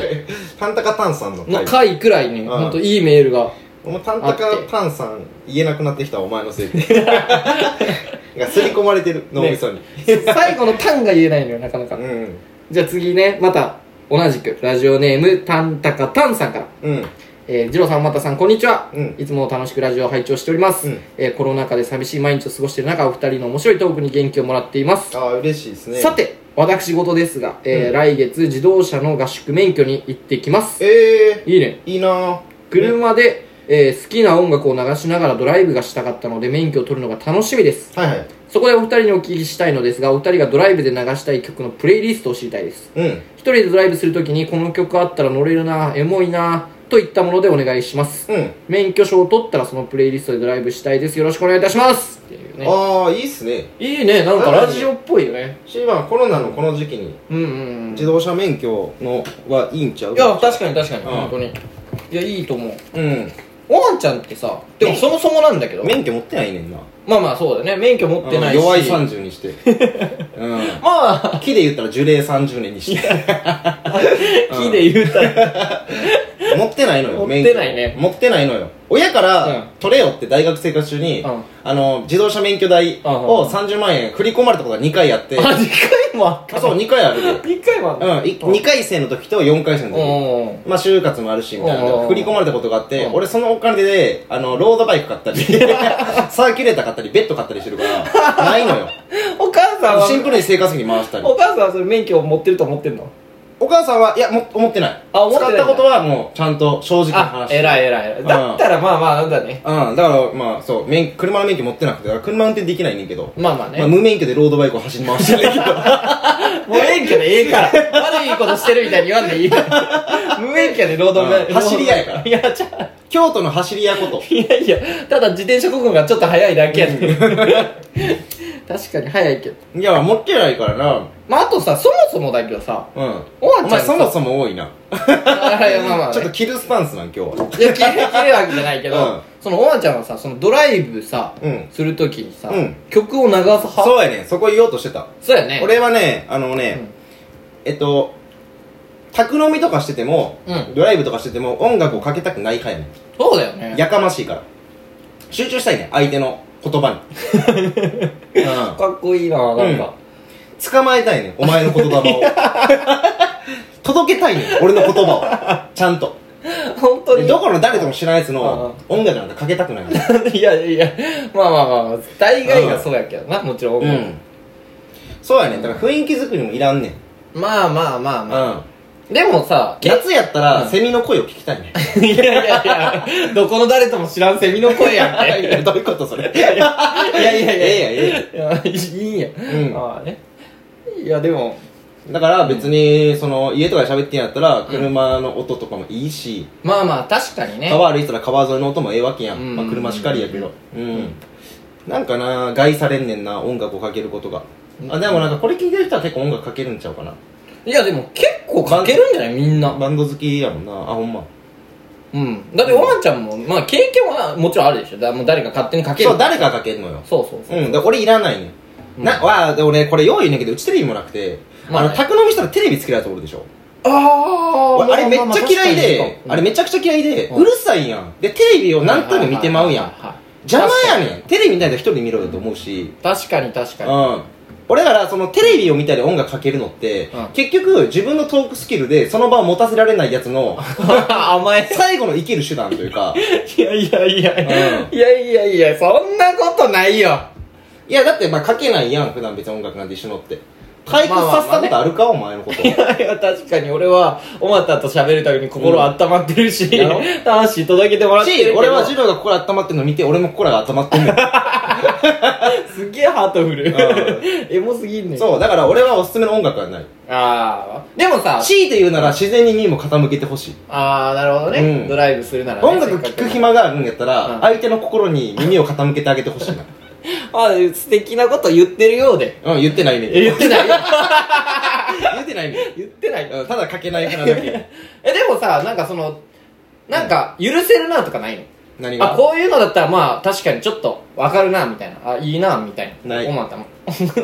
B: タンタカタンさん
A: の
B: の回
A: 回くらいに
B: ん
A: ほんといいメール が
B: もうタンタカタンさん言えなくなってきたお前のせいで が刷り込まれてる脳みそに、
A: 最後のタンが言えないのよなかなか
B: うん
A: じゃあ次ねまた同じくラジオネームタンタカタンさんから
B: うん
A: えー、二郎さん、またさん、こんにちは、
B: うん
A: いつも楽しくラジオを拝聴しております、
B: うん
A: えーコロナ禍で寂しい毎日を過ごしている中、お二人の面白いトークに元気をもらっています。
B: ああ嬉しいですね
A: さて、私事ですが、えー
B: うん
A: 来月自動車の合宿免許に行ってきます。
B: え
A: いいね。
B: ー、いいなぁ
A: 車で、えー好きな音楽を流しながらドライブがしたかったので免許を取るのが楽しみです。
B: はいはい
A: そこでお二人にお聞きしたいのですが、お二人がドライブで流したい曲のプレイリストを知りたいです。
B: うん
A: 一人でドライブするときに、この曲あったら乗れるな、エモいな、といったものでお願いします。
B: うん、
A: 免許証を取ったらそのプレイリストでドライブしたいですよろしくお願いいたしますっていうね
B: ああいいっすね
A: いいねなんかラジオっぽいよね
B: シーバンコロナのこの時期に
A: うんうんうん
B: 自動車免許のはいいんちゃう
A: いや確かに確かに、
B: うん
A: 本当にいやいいと思う
B: うん
A: ワンちゃんってさでも
B: ね
A: そもそもなんだけど
B: 免許持ってないねんな
A: まあまあそうだね免許持ってないし、
B: うん弱い30にして うん
A: まあ
B: 木で言ったら樹齢30年にして
A: 木で言うたら
B: 持ってないのよ
A: 持って
B: 免許
A: ないね
B: 持ってないのよ親か
A: うん
B: ら取れよって大学生活中に、
A: うん
B: あの自動車免許代を30万円振り込まれたことが2回あって、
A: あ、2回もあった。
B: そう2回 あるよ、
A: 1回もあっ
B: う
A: た。
B: ん、い2回生の時と4回生の時、
A: うんうん。
B: まあ、就活もあるし、みたい
A: うん
B: な。振り込まれたことがあって、
A: うん
B: 俺そのお金で、あの、ロードバイク買 ったり、サーキュレーター買ったり、ベッド買ったりしてるから、な いのよ。
A: お母さん
B: シンプ
A: は、
B: ルに生活費に回したり。
A: お母さんはそれ免許を持ってると思ってんの
B: お母さんは、いや、も、思ってない。
A: あ思ってないんだ
B: 使ったことはもう、ちゃんと正直に
A: あ
B: 話、して。
A: 偉い
B: い。
A: 偉い偉
B: う
A: い。
B: ん
A: だったらまあまあ、なんだね。
B: うん、だから、まあ、そう、免車の免許持ってなくて、だから車運転できないねんけど。
A: まあまあね。
B: まあ、無免許でロードバイクを走り回してるんだけ ど。
A: 無免許でええから。悪いことしてるみたいに言わんでいい から。無免許で労働
B: うん走り屋やから
A: いや、ちゃ
B: 京都の走り屋こと。
A: いやいや、ただ自転車こぐのがちょっと早いだけやね、 確かに早いけど。
B: いや、持ってないからな。
A: まあ、あとさ、そもそもだけどさ、
B: うん。
A: おわん
B: お
A: ちゃん
B: 前
A: さ
B: そもそも多いな。
A: あいやまあまあ、ね、
B: ちょっとキルスパンスなん、今日は。
A: いや、切れ、切れるわけじゃないけど、
B: うん
A: その、おばあちゃんはさ、そのドライブさ、
B: うん
A: するときにさ、
B: うん
A: 曲を流す派そう
B: そうやねんそこ言おうとしてた。
A: やね。、
B: 俺はねあのね、えっと宅飲みとかしてても、
A: うん
B: ドライブとかしてても音楽をかけたくないかやねん
A: そうだよね。
B: やかましいから集中したいねん相手の言葉に、うん
A: かっこいいななんか。
B: 捕まえたいねんお前の言葉を 届けたいねん俺の言葉をちゃんと
A: 本当に。
B: どこの誰とも知らないやつの音楽なんかかけたくないねん
A: いやいや、まあまあまあまあ、大概がそうやけどな、もちろん。
B: うんそうやねんだから雰囲気作りもいらんねん、
A: まあまあまあま
B: う
A: あ。
B: ん、
A: でもさ、け
B: 夏やった
A: うん
B: らセミの声を聞きたいね ん
A: いやいやいや、 どこの誰とも知らんセミの声やんけ。
B: いやどういうことそれ
A: いやいやいや
B: ええやんええやん
A: いや、いいんや。
B: うん
A: ああね。いや、でも、
B: だから別にその家とかで喋ってんやったら車の音とかもいいし、
A: まあまあ、確かにね。
B: 川歩いてたら川沿いの音もええわけやん、
A: うん
B: まあ、車しかりやけどうん、なんかな害されんねんな音楽をかけることが、あでもなんかこれ聴いてる人は結構音楽かけるんちゃうかない
A: や、でも結構かけるんじゃないみんな。
B: バンド好きやもんなあほんま
A: うん。だって、おばあちゃんも、まあ、経験はもちろんあるでしょ。だもう誰か勝手にかける。
B: そう誰かかけるのよ
A: そうそうそう。
B: うんだから俺いらないねん、なわあで俺これ用意ねんけどうちテレビもなくて、
A: まあ
B: あ
A: ね
B: の宅飲みしたらテレビつけられたとおるでしょ
A: あ
B: 俺あれめっちゃ嫌いで、あれ
A: めっ
B: めちゃくちゃ嫌いで、
A: うん
B: うるさいやん。で、テレビを何回も見てまうやん。邪魔やねん。テレビ見たいと一人で見ろよと思うし。
A: 確かに確
B: う
A: かに。
B: ん。俺らそのテレビを見たり音楽かけるのって、
A: うん
B: 結局自分のトークスキルでその場を持たせられないやつの
A: 甘え。
B: 最後の生きる手段とい うか。
A: いやいやいや、
B: う
A: いやいやいや、そんなことないよ。
B: いや、だってまあかけないやん、普段別に音楽なんて一緒のって。退屈させたことあるか、お前のこと。
A: いや、確かに俺は、おまたと喋るために心温まってるし、
B: やろ
A: 魂届けてもらってるけ
B: し、
A: ど。
B: 俺はジローが心温まってるの見て、俺も心が温まってんのよ。
A: すげえハートフル
B: ん。
A: エモすぎんねん。
B: そう、だから俺はおすすめの音楽はない。
A: あー。でもさ、
B: 強いて言うなら自然に耳も傾けてほしい。
A: あー、なるほどね。
B: うん
A: ドライブするならね。
B: 音楽聴く暇があるんやった
A: うん
B: ら、相手の心に耳を傾けてあげてほしいな。
A: あー、素敵なこと言ってるようで。
B: うん、言ってないね。
A: え言ってない
B: 言ってないね。
A: 言ってない
B: うんただかけないからだけ。
A: え、でもさ、なんかその、なんか、許せるなとかないの
B: 何
A: あ、
B: が
A: こういうのだったらまあ、確かにちょっと、わかるな、みたいな。あ、いいな、みたいな。
B: ない
A: おまたも。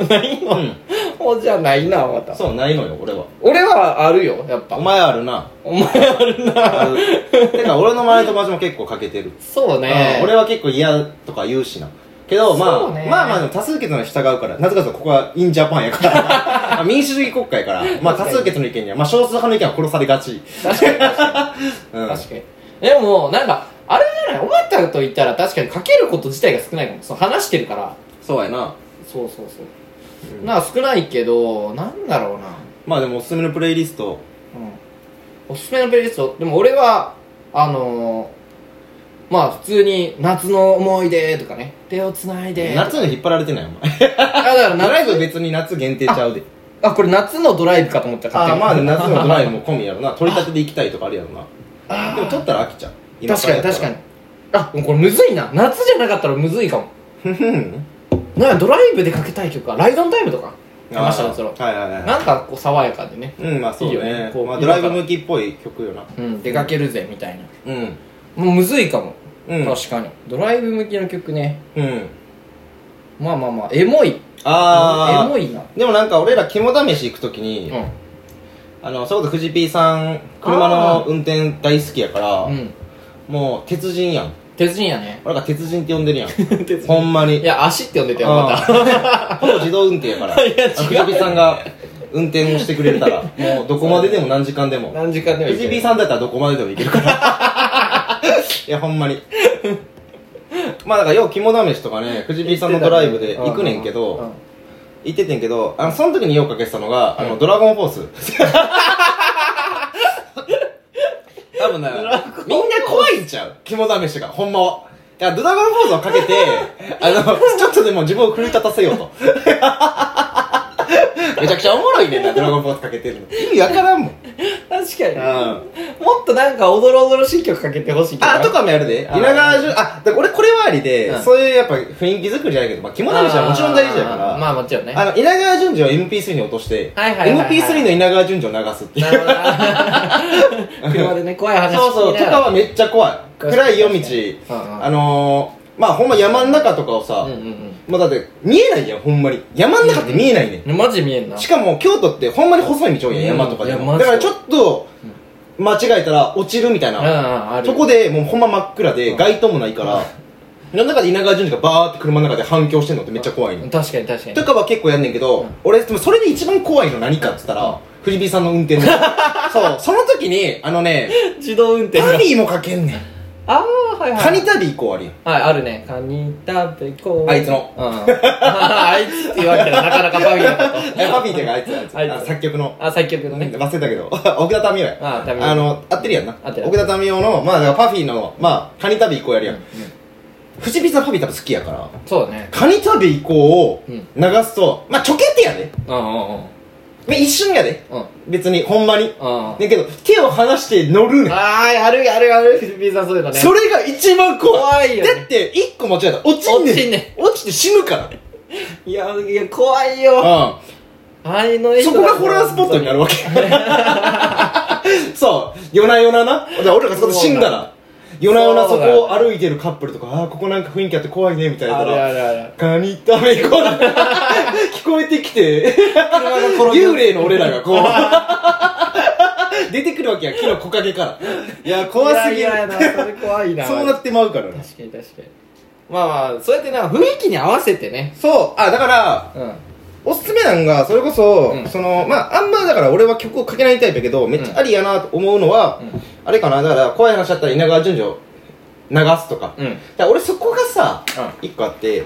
A: ないの
B: うん。
A: おじゃないな、また。
B: そう、ないのよ、俺は。
A: 俺はあるよ、やっぱ。
B: お前あるな。
A: お前あるな。
B: あるてか、俺の周りの友達も結構かけてる。
A: そうね
B: う。ん俺は結構嫌とか言うしな。けど、まあ
A: そう、ね
B: まあまあ、でも多数決のに従うから。なぜかというと、ここはインジャパン やから。あ民主主義国家やから。まあ、
A: 確かに
B: 多数決の意見には、まあ、少数派の意見は殺されがち。
A: 確かに確か
B: うん
A: に。。確かに。でも、なんか、あれじゃない、おまたと言ったら確かにかけること自体が少ないかも。そう話してるから。
B: そうやな。
A: そうそうそう。なんか少ないけど、なんだろうな。
B: まあ、でも、おすすめのプレイリスト。
A: うん。おすすめのプレイリスト、でも俺は、あのー、まあ普通に夏の思い出とかね、手をつないで。
B: 夏に引っ張られてないお前
A: あ、だから
B: ドライ
A: 夏、
B: ブ別に夏限定ちゃうで
A: あ、これ夏のドライブかと思った
B: ああまあ
A: 勝手
B: でも
A: に
B: 夏のドライブも込みやろな取り立てで行きたいとかあるやろなでも取ったら飽きちゃう
A: 確かに確かにあもうこれむずいな夏じゃなかったらむずいかも
B: にふふん
A: なんかドライブでかけたい曲かライドオンタイムとか
B: あ
A: 山下達郎
B: はいはいは
A: なんかこう爽やかでね
B: いうんまあそう
A: いいよね
B: ね
A: こう
B: まあドライブ向きっぽい曲よな
A: うん出かけるぜみたいな
B: うん
A: もうむずいかも、
B: うん
A: 確かにドライブ向きの曲ね
B: うん
A: まあまあまあエモいエ
B: あ
A: モいな
B: あでもなんか俺ら肝試し行くときに
A: うん
B: ああの、それこそ藤 P さん、車
A: あ
B: の
A: ー
B: 運転大好きやから、
A: うん
B: もう、鉄人やん。
A: 鉄人やね
B: 俺が 鉄人って呼んでるやん。ほんまに。
A: いや足って呼んでたよまた
B: うん ほぼ自動運転やから。
A: いや違う
B: 藤 P さんが運転をしてくれるた ら、もうどこまででも何時間でも。
A: 何時間でもい
B: 藤
A: け
B: P
A: る
B: さんだったらどこまででもいけるから。 いや、ほんまに。まあだから、よう肝試しとかね、藤 P さんのドライブで行くねんけ
A: う
B: ど、
A: んうんうん
B: 言っててんけどあのその時にようかけてたのが「あ
A: う
B: の
A: ん
B: ドラゴンフォース」 多分なみんな怖いんちゃう肝試しがほんまはいやドラゴンフォースをかけ てあのちょっとでも自分を狂い立たせようと めちゃくちゃおもろいねんなドラゴンフォースかけてるの意味わからんもん、
A: 確かに
B: うん
A: もっとなんかおどろおどろしい曲かけてほしいけど
B: あ、とかもやるで。
A: あー
B: 稲川淳、あ、だから俺これはありで、
A: うん
B: そういうやっぱ雰囲気作りじゃないけど、まあ、肝試しはもちろん大事だから。
A: あーまあもちろんね
B: あの、稲川淳二を MP3 に落として、
A: はいはいはいはい
B: MP3 の稲川淳二を流すっていう。
A: なるほどな車でね怖い話
B: そうそう、とかはめっちゃ怖い。
A: 確
B: 暗
A: か
B: い
A: に
B: 夜道
A: 確かにうんう、ん
B: あのー、まあほんま山の中とかをさ、
A: うんうん
B: もうだって見えないやん、ほんまに。山の中って見えないねん。
A: うんマジ見えんな
B: しかも京都ってほんまに細い道多いや
A: う
B: ん、
A: ん
B: 山とかで
A: いやマ
B: も。
A: ジ
B: だ
A: で
B: からちょっと、間違えたら落ちるみたい
A: うんうん
B: な。
A: ある
B: そこでもうほんま真っ暗で、街灯もないから、その中で稲川淳二がバーって車の中で反響してんのってめっちゃ怖いねん
A: 確かに確かに
B: とかは結構やんねんけど、俺でもそれで一番怖いの何かっつったら、藤井さんの運 転のそうその時にあのね
A: 自動運転が
B: 旅もかけんねん
A: ああはいはい
B: カニ旅行こうあり
A: はいあるねカニ食べこう
B: あいつの
A: うんあいつって言われたらなかなかパビーのこ
B: えパピーってかあいつあいつ
A: あいつ
B: あ作曲の
A: とあ作曲のね
B: 忘れたけど 奥田民生や
A: あ民生
B: あの合ってるやんな
A: 合って
B: 奥
A: る
B: 田民生のまあだからパフィーのまあカニ旅行こうやるやん、
A: うん
B: 藤井さんパフィー多分好きやから
A: そうだね
B: カニ旅行こうを
A: うん
B: 流すと、まあちょけてやで
A: うんうんうん
B: で一瞬やで
A: うん
B: 別にほんまに
A: うん
B: だけど手を離して乗るねん
A: あーあるあるあるフィリピンさんそういうのね
B: それが一番怖い
A: 怖いよね
B: だって一個間違えたら落ちんねん
A: 落ちんね
B: 落ちて死ぬから
A: いやいや怖いよ
B: う
A: あいの
B: んそこがホラースポットにな るわけそう夜な夜ななだから俺らがそこで死んだら夜な夜なそこを歩いてるカップルとかああーここなんか雰囲気あって怖いねみたいな
A: あるあるある
B: カニ食べ行こう 聞こえてきて幽霊の俺らがこう 出てくるわけや木の木陰からいや怖すぎ
A: い
B: る
A: やいやなそれ怖いな
B: そうなってまうからね
A: 確かに確かにまあまあそうやってな雰囲気に合わせてね
B: そうあだから
A: うん
B: おすすめなんがそれこそ、
A: うん
B: そのまああんまだから俺は曲をかけないタイプやけどめっちゃありやなと思うのは、
A: うん
B: あれかなだから怖い話だったら稲川淳二を流すとか,、だか
A: うん
B: ら俺そこがさ一個あって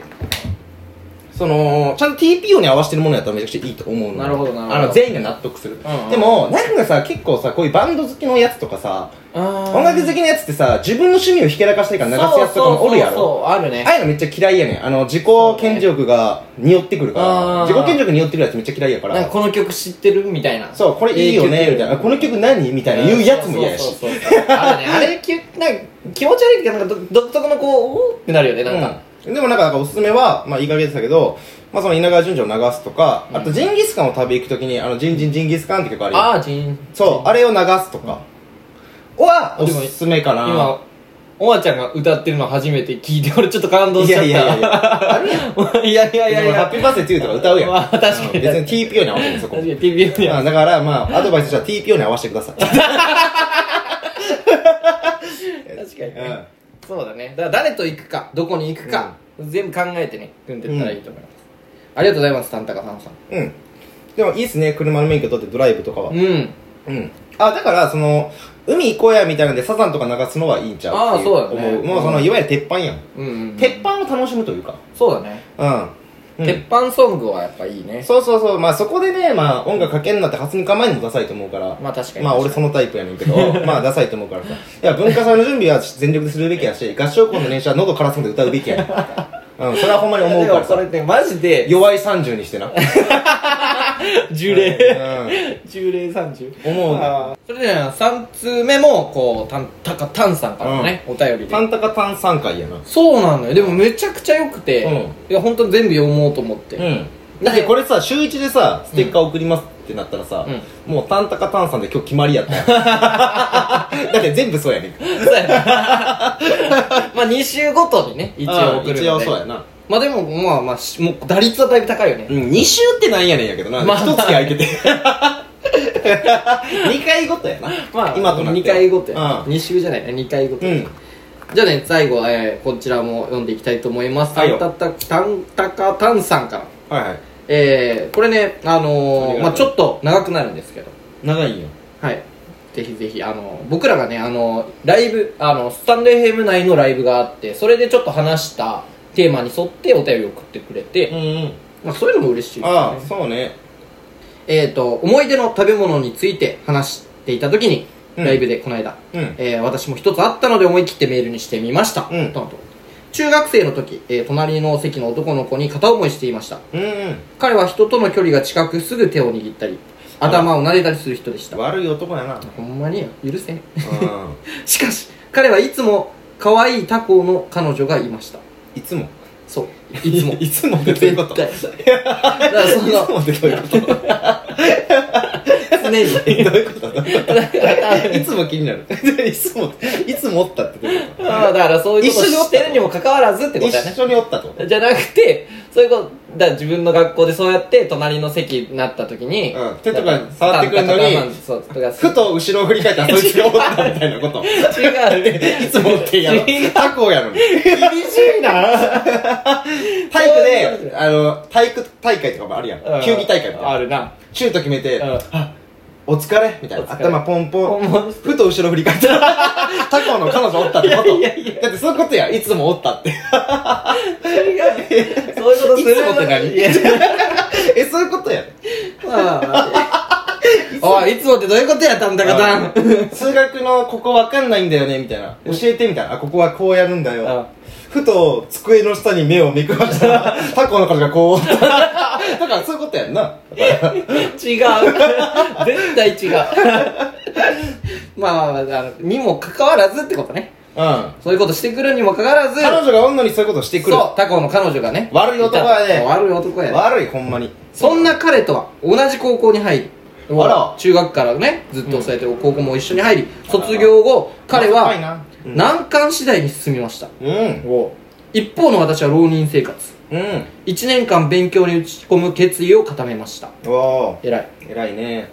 B: そのちゃんと TPO に合わせてるものやったらめちゃくちゃいいと思うの
A: なるほどなるほど
B: あの全員が納得する、
A: うんうん
B: でもなんかさ結構さこういうバンド好きのやつとかさ音
A: 音
B: 楽好きのやつってさ自分の趣味をひけらかしたいから流すやつとかもおるやろ
A: そうそうそうあるね
B: ああいうのめっちゃ嫌いやねん。あの、自己顕示欲が匂ってくるか
A: あ
B: ら。
A: ー
B: 自己顕示欲匂ってるやつめっちゃ嫌いやか。
A: なんからこの曲知ってるみたいな
B: そう、これいいよね、みたいな。この曲何みたいな言うやつも嫌や
A: そう
B: し。
A: そうそうそうあるねあれきゅなんか気持ち悪いけどなんかど独特のこうおーってなるよねなんか
B: うんでもなんか、おすすめは、まあ、いい加減でしたけど、まあ、その稲川淳二を流すとか、あと、ジンギスカンを食べ行くときに、あの、ジンジンジンギスカンって曲あるよ。
A: ああジン
B: そう、あれを流すとか。は、
A: で
B: お
A: も
B: すすめかな。
A: 今おばちゃんが歌ってるの初めて聞いて俺ちょっと感動し
B: い
A: ちゃっ
B: や
A: た
B: いやいやいや。あるやん。
A: いやいやいやい
B: でもハッ
A: や
B: ピーバースデー2とか歌うやん。
A: まあ確かに
B: うん別に TPO に合わせるそこ
A: 確。かに TBS に
B: まあだからまあアドバイスとしては TPO に合わせてください、
A: 確かにね、
B: うん
A: そうだねだから誰と行くかどこに行くか、全部考えてね組んでったらいいと思います、ありがとうございますタンタカさんさん
B: うんでもいいっすね車の免許取ってドライブとかは
A: うん
B: うんあだからその海行こうやみたいなんでサザンとか流すのはいいんちゃう
A: あー
B: ってい
A: そうだね
B: 思うもうそのいわゆる鉄板やん、
A: うんうん、うん、
B: 鉄板を楽しむというか
A: そうだね、
B: うん、うん
A: 鉄板ソングはやっぱいいね
B: そうそうそうまあそこでねまあ音楽かけんなって初に構えるのもダサいと思うから
A: まあ確かに
B: まあ俺そのタイプやねんけど まあダサいと思うからさいや文化祭の準備は全力でするべきやし合唱コンの練習は喉からすんで歌うべきやねん うんそれはほんまに思う
A: で
B: か
A: も
B: ら
A: そ
B: さ
A: れってマジで
B: 弱い30にしてな
A: 呪
B: うん
A: 10例30
B: 思うな
A: それでは3通目もこうタンタカタンさんからのね、お便りで
B: パンタカタン3回やな
A: そうなのよでもめちゃくちゃ良くて、
B: う
A: いや本当に全部読もうと思って、
B: うんだってこれさ週1でさステッカー送りますってなったらさ、もうタンタカタンさんで今日決まり やったよだって全部そうやねん
A: そう やなまあ2週ごとにね一応送るので
B: 一応そうやな、
A: まあでもまあまあしもう打率はだいぶ高いよね
B: うん、2週ってなんやねんやけどな、
A: まあ
B: 一月空いてて2回ごとやな。
A: まあ、
B: 今となって
A: 2
B: は
A: 回ごとや、
B: うん
A: 2週じゃないね2回ごと、
B: うん
A: じゃあね最後、えーこちらも読んでいきたいと思います
B: はい
A: た
B: よ
A: たたたんたかたんさんから
B: はいはい。
A: えー、これねあ
B: あ
A: の
B: りがとう
A: ーまあちょっと長くなるんですけど
B: 長いんよ。
A: はいぜひぜひあの僕らがねあのライブあのスタンド FM 内のライブがあってそれでちょっと話したテーマに沿ってお便りを送ってくれて、
B: うんうん。
A: まあ、そういうのも嬉しいですよ
B: あ
A: ね
B: あ、そうね。
A: えー、と思い出の食べ物について話していた時に、
B: うん
A: ライブでこの間、
B: うん。
A: えー私も一つあったので思い切ってメールにしてみました、
B: うん
A: とのこと中学生の時、えー隣の席の男の子に片思いしていました
B: うんうん。
A: 彼は人との距離が近くすぐ手を握ったり頭を撫でたりする人でした
B: 悪い男やな。
A: ほんまに許せん
B: うん。
A: しかし彼はいつも可愛い他校の彼女がいました
B: いつも。
A: そういつも
B: いつもってどういうこと
A: 絶対だからそ
B: いつ
A: の
B: もってどういうこと
A: 常に
B: どういうことどういうこといつも気になる。 いつも、いつもおったってどういうこと
A: ああだからそういうこと
B: 一緒にお
A: を
B: った
A: してるにもかかわらずってことだね
B: 一緒におったってこと
A: じゃなくてそういうことだから自分の学校でそうやって隣の席になった時に、
B: うん手とか触ってくるのに
A: だからそうとか
B: ふと後ろを振り返ったらそいつがおったみたいなこと。
A: 違うね
B: いつもってやろ
A: 違う。
B: 他校やの に。
A: 厳しいな
B: 体
A: そういうこと
B: 育
A: じ
B: で、あの、体育大会とかもあるやん。球技大会みた
A: あ
B: いな。
A: るな
B: シュート決めて、
A: うん
B: あお疲れみたい
A: お
B: な。
A: 疲れ
B: 頭ポンポ
A: ポンポン
B: ン。ふと後ろ振り返った ら、他校の彼女おったってこと。だってそういうことや。いつもおったって。
A: そういうことする
B: いつもって何
A: いや
B: え、そういうことや。
A: ああおいいつもってどういうことやったんだかたん
B: 数学のここわかんないんだよね、みたいな。教えてみたいな。あ、ここはこうやるんだよ。ふと机の下に目をめくましたら、他校の彼女がこうおった。 だからそういうことやんな。
A: 違う絶対違うまあまあまああのにもかかわらずってことね
B: うん。
A: そういうことしてくるにもかかわらず
B: 彼女がおんのにそういうことしてくる。
A: そう他校の彼女がね
B: 悪い男やね
A: いた悪い男やね
B: 悪い、ほんまに。
A: そんな彼とは同じ高校に入り
B: あら
A: 中学からねずっとそうやって高校も一緒に入り、卒業後彼
B: まあ
A: は
B: 深いな
A: 難関次第に進みました、
B: うん
A: 一方の私は浪人生活
B: うん
A: 1年間勉強に打ち込む決意を固めました
B: おお
A: 偉い
B: 偉いね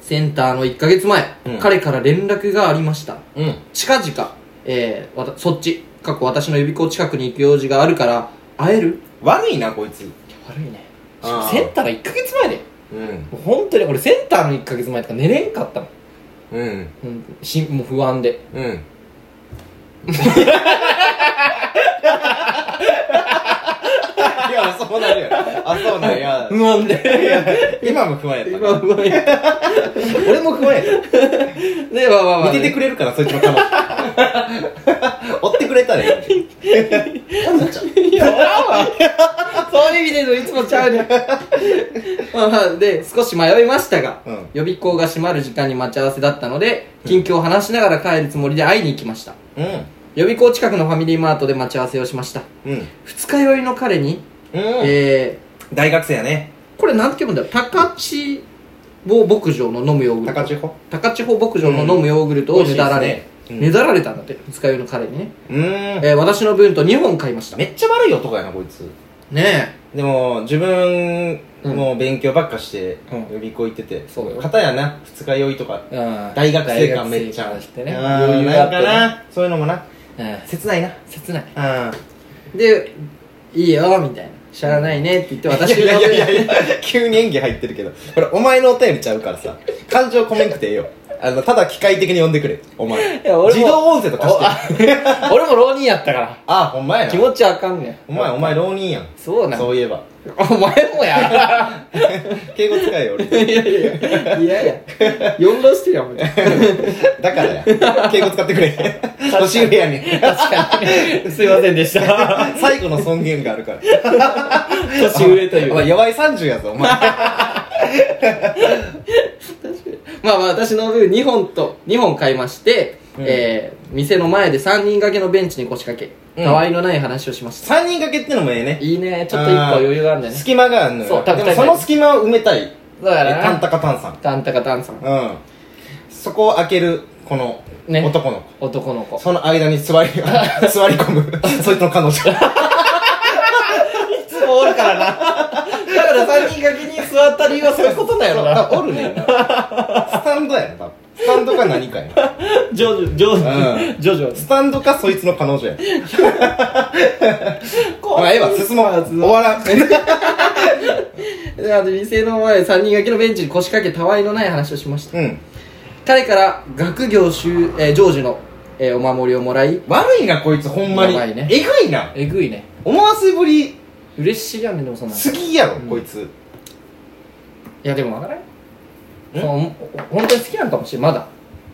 A: センターの1ヶ月前、
B: うん
A: 彼から連絡がありました
B: うん
A: 近々、えー、わたそっち過去私の予備校近くに行く用事があるから会える
B: 悪いなこいつ
A: 悪いね
B: あー
A: センターの1ヶ月前で
B: うん
A: もう本当に俺センターの1ヶ月前とか寝れんかったもん
B: うん
A: うんしもう不安で
B: うんいやそうなるよあそうなんや
A: 不安
B: い
A: で
B: や今も不安やった
A: 今
B: な
A: 不安や
B: 俺も不安やっ
A: でまあまあ
B: た
A: まあ
B: 見ててくれるからそいつも頼む追ってくれたらいいの になんだっちゃう
A: いや俺はそういう意味でのいつもちゃうねんまあまあで少し迷いましたが、
B: うん
A: 予備校が閉まる時間に待ち合わせだったので近況を話しながら帰るつもりで会いに行きました
B: う
A: 予備校近くのファミリーマートで待ち合わせをしました
B: んうん
A: 二日酔いの彼に、
B: うん
A: え
B: 大学生やね
A: ー、これなんて読むんだろう高千穂牧場の飲むヨーグルト
B: 高千穂
A: 高千穂牧場の飲むヨーグルトをねだら
B: うん美
A: れ、
B: 味しいですねうん
A: ねだられたんだって二日酔いの彼にね、
B: うん
A: えー私の分と2本買いましたね
B: めっちゃ悪い男やなこいつ
A: え
B: でも自分も勉強ばっかして
A: うん
B: 予備校行ってて、
A: そうよ
B: 片やな二日酔いとか
A: 大
B: 大学生感めっちゃあ
A: してね
B: うん
A: 余裕が
B: なんか
A: あっ
B: なそういうのもな
A: てね
B: 切ないな
A: 切ない
B: うん
A: で「いいよ」みたいな「しゃあないね」って言って私
B: い
A: の
B: やいやいやいや急に演技入ってるけどこれお前のお便りちゃうからさ感情込めんくてええよあのただ機械的に呼んでくれお前
A: いや俺も
B: 自動音声とかして
A: 俺も浪人やったから
B: あほんまや
A: 気
B: な
A: 持ちあかんねん
B: お前お前浪人やん
A: そうなん
B: そういえば
A: お前もや
B: 敬語使えよ俺
A: いやいやいやいや呼んだしてやもん確
B: だからや敬語使ってくれ年上やねん
A: かに すいませんでした
B: 最後の尊厳があるから
A: 年上という
B: お前弱い30やぞお前
A: まあまあ私の分2本と2本買いまして、
B: うん
A: えー店の前で3人掛けのベンチに腰掛け
B: うん
A: たわいのない話をしました、
B: 3人掛けってのもええね
A: いいねちょっと一個余裕があるんだよね
B: 隙間があるの
A: そ
B: よ
A: う多分
B: でもその隙間を埋めたい
A: だからな
B: タンタカタンさん
A: タンタカタンさん
B: うんそこを開けるこの
A: ね
B: 男の
A: 男の子
B: 子その間 に座り座り込むそいつの彼女
A: つもおるからなだから3人掛けに座った理由はそういうことだよな
B: おるねんなンドやな多分スタンドか何かやな
A: ジョジョジョ
B: う
A: ジョジョ
B: スタンドかそいつの彼女や
A: こ
B: まあええわ進もう終わらん
A: であと店の前3人掛けのベンチに腰掛けたわいのない話をしました
B: うん
A: 彼から学業修、えー、成就の、えーお守りをもらい
B: 悪いなこいつほんまに
A: やばいね
B: えぐいな
A: えぐいね
B: 思わせぶり
A: 嬉しいやんねでもそんなの
B: すぎやろ
A: ん
B: こいつ
A: いやでも分からんそうお本当に好きなのかもしれんまだ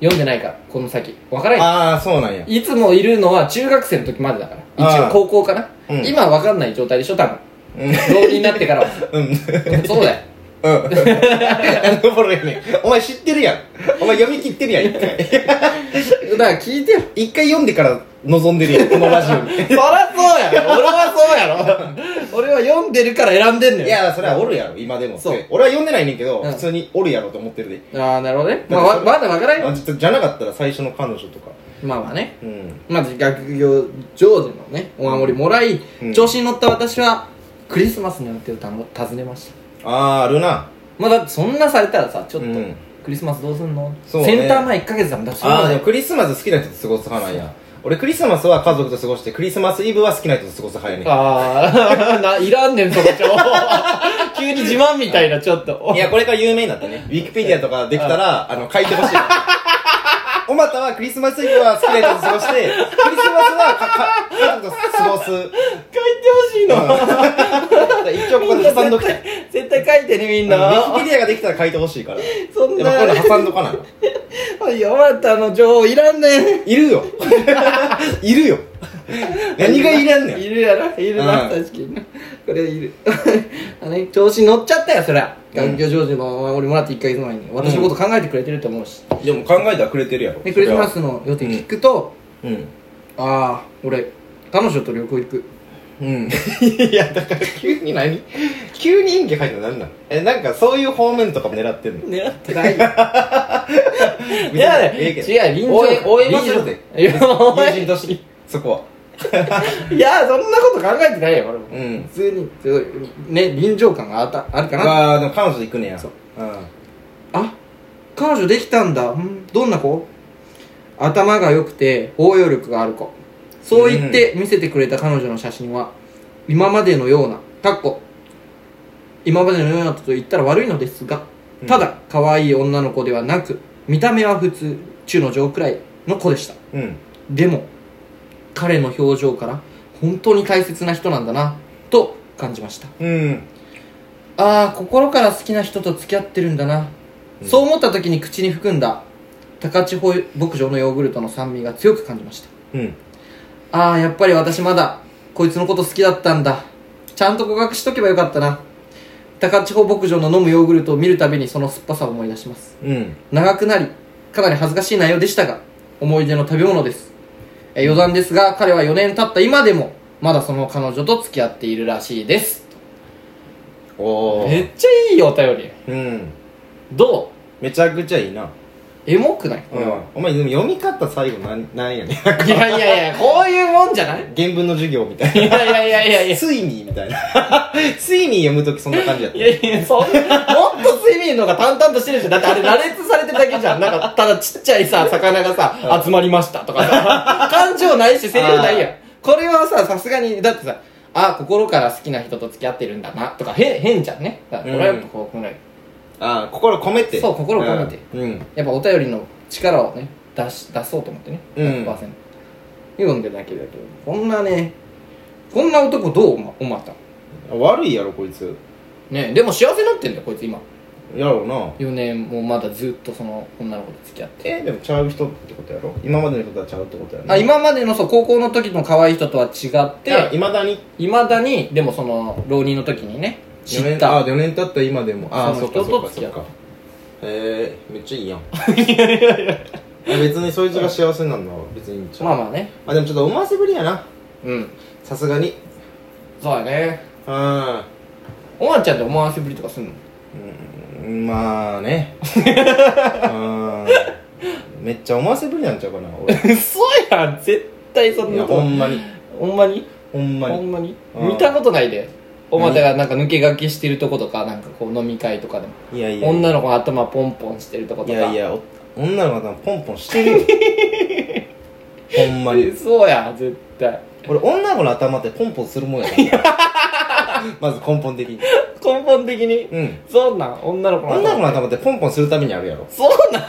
A: 読んでないからこの先分からんよ
B: ああそうなんや
A: いつもいるのは中学生の時までだから一
B: あ
A: 応
B: ー
A: 高校かな、
B: うん
A: 今は分かんない状態でしょ多分
B: うん
A: 浪人になってからは
B: うん
A: そうだよ
B: うんあの頃やね お前知ってるやんお前読み切ってるやん一回
A: だから聞いてよ
B: 一回読んでから望んでるやんこのラジ オに
A: そらそうやろ俺はそうやろ 俺は読んでるから選んでんのよ
B: いやそれはおるやろ今でも
A: そう
B: 俺は読んでないねんけど
A: うん
B: 普通におるやろと思ってるで
A: ああなるほどね、まあ、わまだ分からんよ
B: あちょっとじゃなかったら最初の彼女とか
A: まあまあね
B: うん
A: まず学業成就のねお守りもらい、
B: うん
A: 調子に乗った私はクリスマスの予定をたの尋ねました
B: あああるな
A: まあだってそんなされたらさちょっと、
B: うん
A: クリスマスどうすんの、
B: そうね
A: センター前1ヶ月だもんだって
B: ああでも
A: そ
B: クリスマス好きな人と過ごす派なんや俺クリスマスは家族と過ごしてクリスマスイブは好きな人と過ごす派やね
A: うああ ないらんねんその情報 急に自慢みたいなちょっと
B: いや、これから有名になってね。ウィキペディアとかできたら、あの、書いてほしいな。おまたはクリスマスイブは好きな人と過ごして、クリスマスはか、か、家族と過ごす。
A: 書いてほしいの
B: 一応ここで挟んどきたい。
A: 絶対書いてねみ
B: ウ
A: ん
B: ィ
A: な
B: キペディアができたら書いてほしいから。やっ
A: そんな
B: ぱこれ挟んどかない。
A: 読まれたの情報いらんねん
B: い るよ。いるよ。何がいらんね
A: いるやろいるな、
B: うん
A: 確かになこれいる あのね調子に乗っちゃったよそりゃ
B: うん
A: 環境上司のお守りもらって1ヶ月前に私のこと考えてくれてると思うし、
B: ん。でも考えたらくれてるやろ
A: でクリスマス。の予定聞くと、
B: うん。
A: ああ俺彼女と旅行行く
B: うん。いや、だから急に何急に演技入るの何なのえ、なんかそういう方面とかも狙ってんの
A: 狙ってないいやね
B: ええけど
A: 違う臨場
B: 応援応援はするで
A: 臨場いやお前
B: 友人としてそこはい
A: やそんなこと考えてないよ俺も、
B: うん
A: 普通にすごいね臨場感があったあるかな
B: まあでも彼女と行くねや
A: そう
B: うん
A: あ彼女できたんだうんどんな子頭が良くて包容力がある子そう言って見せてくれた彼女の写真は今までのようなかっこ今までのようなと言ったら悪いのですが
B: うん
A: ただ可愛い女の子ではなく見た目は普通中の上くらいの子でした
B: うん
A: でも彼の表情から本当に大切な人なんだなと感じました
B: うん
A: ああ心から好きな人と付き合ってるんだな、
B: うん
A: そう思った時に口に含んだ高千穂牧場のヨーグルトの酸味が強く感じました
B: うん
A: ああやっぱり私まだこいつのこと好きだったんだちゃんと告白しとけばよかったな高千穂牧場の飲むヨーグルトを見るたびにその酸っぱさを思い出します
B: うん
A: 長くなりかなり恥ずかしい内容でしたが思い出の食べ物ですえー余談ですが彼は4年経った今でもまだその彼女と付き合っているらしいです
B: おお
A: めっちゃいいよお便り
B: うん
A: どう
B: めちゃくちゃいいな
A: エモくない
B: うんお前でも読み方最後なんなんやねん
A: いやいやいや、こういうもんじゃない
B: 原文の授業みたい
A: いやいやいやいやい
B: な
A: や。
B: ついにみたいな ついに読むときそんな感じやっ
A: いやいや、そんな、もっと睡眠の方が淡々としてるじゃん。だってあれ羅列されてるだけじゃん。なんか、ただちっちゃいさ、魚がさ、集まりましたとかさ、感情ないし、セリフないやん。これはさ、さすがに、だってさ、あ、心から好きな人と付き合ってるんだな、とか、へ、変じゃんね。だから、これはやっぱこう考える。
B: たああ心込めて
A: そう心込めて
B: うん
A: やっぱお便りの力をね、出し、出そうと思ってね。
B: うん
A: 100%。読んでだけだけど、こんなね、こんな男どう思思った
B: うん悪いやろこいつ
A: ねでも幸せになってんだよこいつ今
B: やろうな
A: 4年もまだずっとその女の子と付き合って
B: えでもちゃう人ってことやろ今までの人とはちゃうってことやろ
A: あ今までのそう高校の時の可愛い人とは違って
B: いまだに
A: いまだにでもその浪人の時にね知
B: 四
A: っ
B: 年
A: た
B: あ4年経った今でもああ
A: その
B: そっか
A: 人
B: そっ
A: と
B: か
A: 付き合
B: そっ
A: った
B: かへえめっちゃいい やんいや別にそいつが幸せなんだわ別にいいんちゃう、
A: まあまあね
B: あ、でもちょっと思わせぶりやな
A: うん
B: さすがに
A: そうだね
B: うん
A: おまんちゃんって思わせぶりとかすんの
B: うんまあ ねうんめっちゃ思わせぶりなんちゃうかな俺
A: 嘘やん絶対そ
B: いやほんまに
A: ほんまに
B: ほんま
A: ほ
B: に
A: んまに
B: うん
A: 見たことないでおまたがなんか抜け駆けしてるとことかなんかこう飲み会とかでも
B: いやいや
A: 女の子の頭ポンポンしてるとこと
B: い
A: か
B: やいやお女の子頭ポンポンし てるよほんまに
A: そうや絶対
B: 俺女の子の頭ってポンポンするもんやからまず根本的に
A: 根本的に
B: うん
A: そんなん女の子の
B: 女の子の頭ってポンポンするためにあるやろ
A: そうなん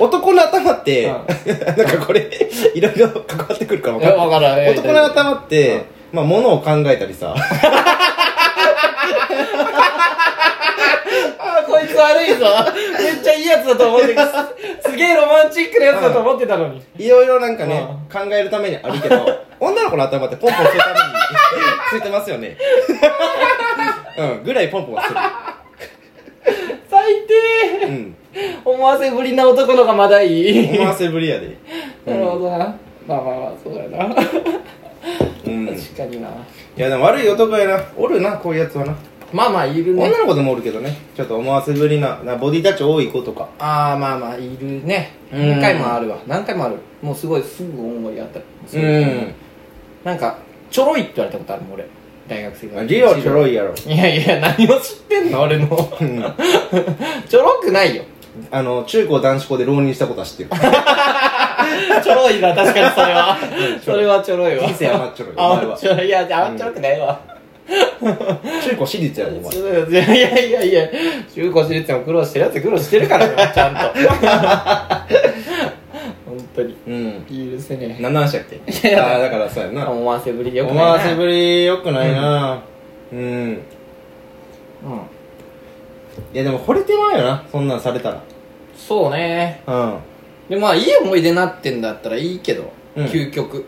B: 男の頭って、
A: うん
B: なんかこれいろいろ関わってくるかも
A: いやわからん
B: 男の頭って、まあ物を考えたりさ
A: あーこいつ悪いぞめっちゃいいやつだと思ってすすげえロマンチックなやつだと思ってたのに
B: いろいろなんかね
A: う
B: 考えるためにあるけど女の子の頭ってポンポンするためについてますよねうんぐらいポンポンはす
A: 最低
B: るうん
A: 思わせぶりな男のがまだいい
B: 思わせぶりやで
A: なるほどなまあまあまあそうだな
B: うんい
A: 確かにな
B: やでも悪い男やなおるなこういうやつはな
A: まあまあいるね
B: 女の子でもおるけどねちょっと思わせぶりななボディタッチ多い子とか
A: ああまあまあいるね
B: うん
A: 何回もあるわ何回もあるもうすごいすぐ思いやった
B: うん
A: なんかちょろいって言われたことあるもん俺大学生が
B: リオちょろいやろ
A: いやいや何を知ってんの俺の ちょろくないよ
B: あの中高男子校で浪人したことは知ってる
A: ちょろいな確かにそれはそれはちょろいわ
B: 人生甘っちょろいお前
A: 甘
B: は
A: っちょろいいや甘っちょろくないわ
B: 中高私立やろお前
A: いやいやいやいや中古私立も苦労してるやつ苦労してるから なちゃんと本当に
B: うん
A: 許せねえ
B: 何の話やっけ
A: やいや
B: あーだからそうやな
A: 思わせぶりよくない
B: 思
A: な
B: わせぶりよくないなうん
A: うん
B: いやでも惚れてまうよなそんなんされたら
A: そうね
B: うん
A: でまあいい思い出になってんだったらいいけど、
B: うん
A: 究極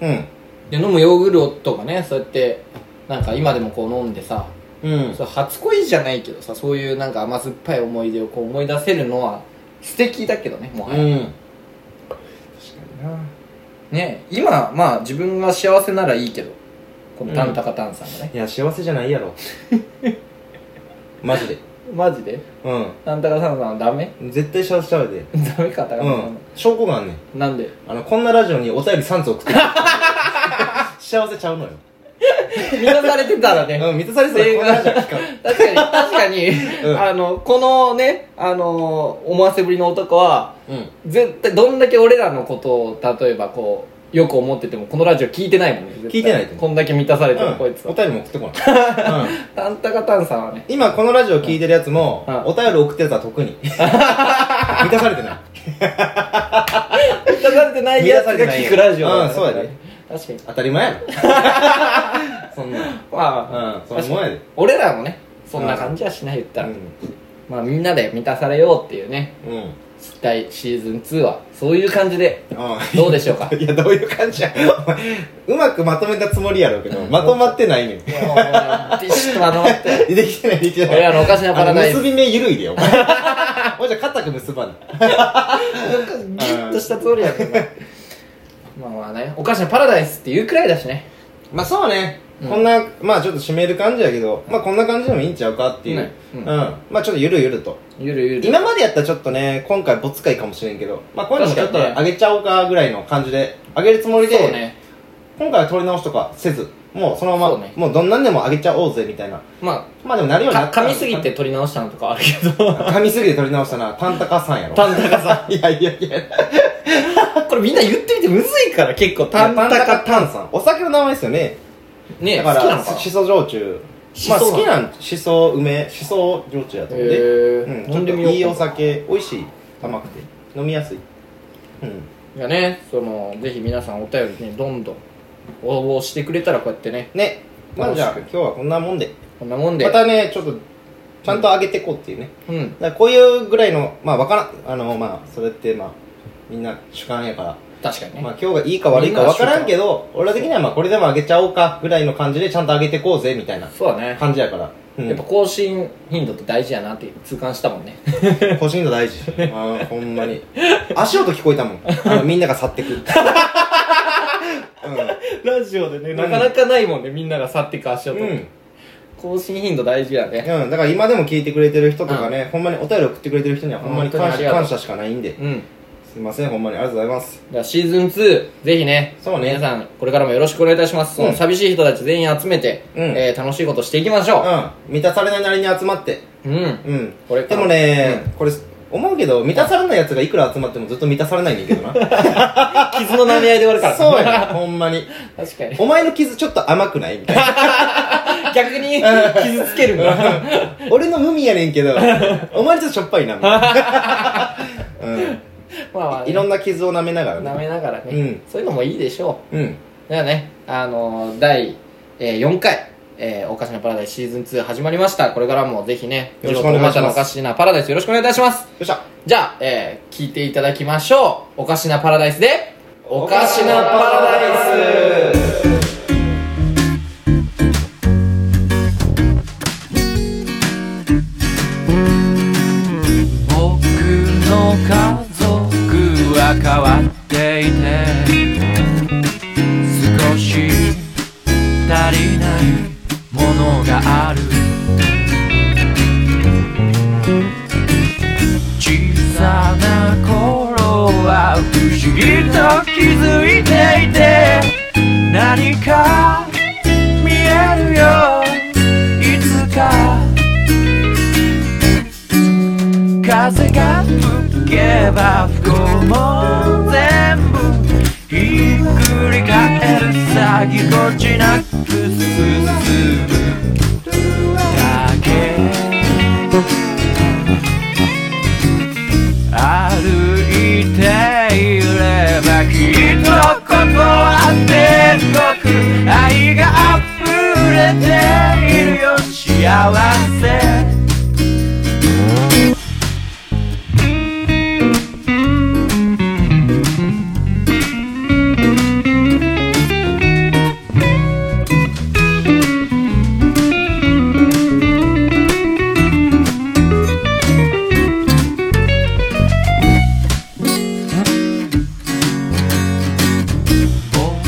B: うん
A: で飲むヨーグルトがねそうやってなんか今でもこう飲んでさ、
B: うん
A: そう初恋じゃないけどさそういうなんか甘酸っぱい思い出をこう思い出せるのは素敵だけどねもはや、
B: うん確かにな
A: ね今まあ自分が幸せならいいけどこのタンタカタンさんがね、
B: いや幸せじゃな いやろマジで
A: マジで
B: う
A: タンタカタンさんはダメ
B: ん絶対幸せちゃうで
A: ダメかタカタン
B: う
A: さ
B: ん証拠があんねん
A: ん、なんで
B: あのこんなラジオにお便り3つ送 ってくる幸せちゃうのよ
A: 満たされてたらね
B: うん満たされそう
A: 正
B: こんなラ
A: 解
B: ジオ聞かん
A: 確かに確かに、
B: うん
A: あのこのねあの思わせぶりの男は
B: うん
A: 絶対どんだけ俺らのことを例えばこうよく思っててもこのラジオ聞いてないもんね絶対
B: 聞いてないと思う
A: こんだけ満たされてる、こいつ
B: うんお
A: は
B: 便りも送ってこ ないうん
A: タンタカタンさんはね
B: 今このラジオ聞いてるやつも、
A: うん
B: お便り送ってるやつは 特に満たされてない
A: 満たされてないやつが聞くラジオ
B: うんそうやで
A: 確かに
B: 当た り前やろそんな
A: まあ、
B: うんそのもんやで
A: 俺らもねそんな感じはしない言ったら、まあみんなで満たされようっていうね
B: うん、うん
A: 期待シーズン2はそういう感じで
B: う
A: どうでしょうか
B: んいやどういう感じやお前うまくまとめたつもりやろうけどまとまってないね ん
A: ビシッとまとまって
B: できてないできてない
A: 俺らのおかしなパラダイ
B: あの
A: ス
B: 結び目緩いでよお前 お前じゃ硬く結ばない
A: ギュッとした通りやけどなまあまあねおかしなパラダイスっていうくらいだしね
B: まあそうね、
A: うん
B: こんなまあちょっと締める感じやけどまあこんな感じでもいいんちゃうかっていう、
A: ねうん
B: まあちょっとゆるゆると
A: ゆるゆる
B: 今までやったらちょっとね今回ボツ回かもしれんけどまあこういうのもちょっと
A: 確かにね
B: 上げちゃおうかぐらいの感じで上げるつもりで、
A: そうね
B: 今回は取り直しとかせずもうそのま
A: そ
B: ま、
A: うね
B: もうどんなんでも上げちゃおうぜみたいな
A: ま
B: まあでもなるよ
A: あ
B: うにな
A: か
B: っ
A: 噛
B: た
A: みすぎて撮り直したのとかあるけど
B: 噛みすぎて取り直したなタンタカさんやろ
A: タンタカさ
B: ん いやいやいや
A: これみんな言ってみてむずいから結構
B: タ
A: タ
B: ン
A: ンタ
B: タカ
A: カ
B: タンさんお酒の名前ですよね
A: ねえ好
B: だか
A: きなの
B: ら
A: かな
B: しそ焼酎
A: しそ
B: まあ
A: なの
B: 好きなんしそ梅しそ焼酎やと思うんで、
A: へー
B: うん、ち
A: 飲
B: ょ
A: ん
B: っ
A: で
B: と
A: みよう
B: いいお酒美味しい甘くて飲みやすいうん
A: いやねそのぜひ皆さんお便りねどんどん応募してくれたらこうやってね
B: ねまあじゃあ
A: 楽
B: 今日はこんなもんで
A: こんなもんで
B: またねちょっとちゃんと上げてこうっていうね
A: うん
B: だからこういうぐらいのまあわからんあのまあそれってまあみんな主観やから、
A: 確かにね、
B: まあ、今日がいいか悪いかわからんけど俺ら的にはまあこれでも上げちゃおうかぐらいの感じでちゃんと上げてこうぜみたいな
A: そうだね、
B: 感じやから、うん、
A: やっぱ更新頻度って大事やなって痛感したもんね
B: 個人の大事ああほんまに足音聞こえたもんあ のみんなが去ってくうん
A: ラジオでね
B: ん
A: なかなかないもんねみんなが去ってかしようと、
B: うん
A: 更新頻度大事やね
B: うん、だから今でも聞いてくれてる人とかね、ほんまにお便り送ってくれてる人にはほんまに
A: 本当に
B: 感
A: あり
B: 謝
A: がとう
B: 感謝しかないんで、
A: うん
B: すいませんほんまにありがとうございます
A: じゃあシーズン2ぜひね
B: そうね
A: 皆さんこれからもよろしくお願いいたします、
B: うん
A: その寂しい人たち全員集めて、
B: うん
A: えー楽しいことしていきましょう、
B: うん満たされないなりに集まって、
A: うん。
B: うん
A: これか
B: でもね、これ思うけど満たされないやつがいくら集まってもずっと満たされないんだけ どな
A: 傷の舐め合いで終わるから。
B: そうやねほんまに
A: 確か に。
B: お前の傷ちょっと甘くないみたいな
A: 逆に、傷つけるんだ。
B: 俺の無味やねん けどお前ちょっとしょっぱいなみたい な、うん
A: まあまあ、
B: いろんな傷を舐めながら
A: 舐
B: ね
A: めながらね、
B: うん
A: そういうのもいいでしょ
B: うん
A: う。ではね、あのー第、えー4回、えーおかしなパラダイスシーズン2始まりました。これからもぜひね、
B: よろしくお願いします
A: おかしなパラダイスよろしくお願いいたします。
B: よっしゃ
A: じゃあ、えー聞いていただきましょう。おかしなパラダイスで、おかしなパラダイス
C: 僕の家族は変わっていて少し足りないものがある小さな頃は不思議と気づいていて何か見えるよいつか風が吹けば不幸も全部ひっくり返るさぎこちなく進むだけ歩いていればきっとここは天国愛が溢れているよ幸せ僕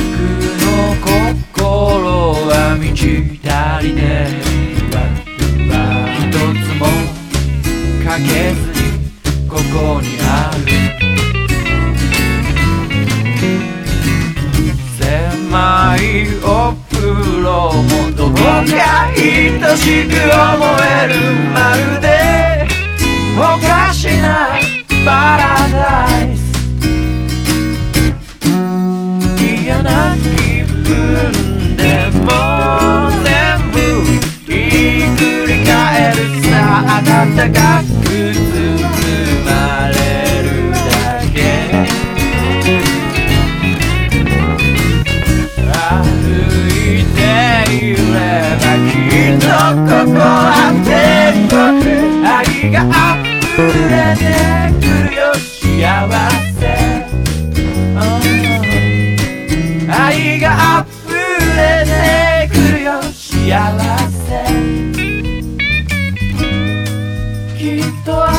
C: の心は満ち足りねえ一つもかけずにここにある狭いお風呂もどこか愛しく思えるまるでおかしなパラダイス嫌な気分でも全部ひっくり返るさ暖かく包まれるだけ歩いていればきっとここは天国愛が溢れてくるよ幸せ、うん愛が溢れてくるよ幸せきっと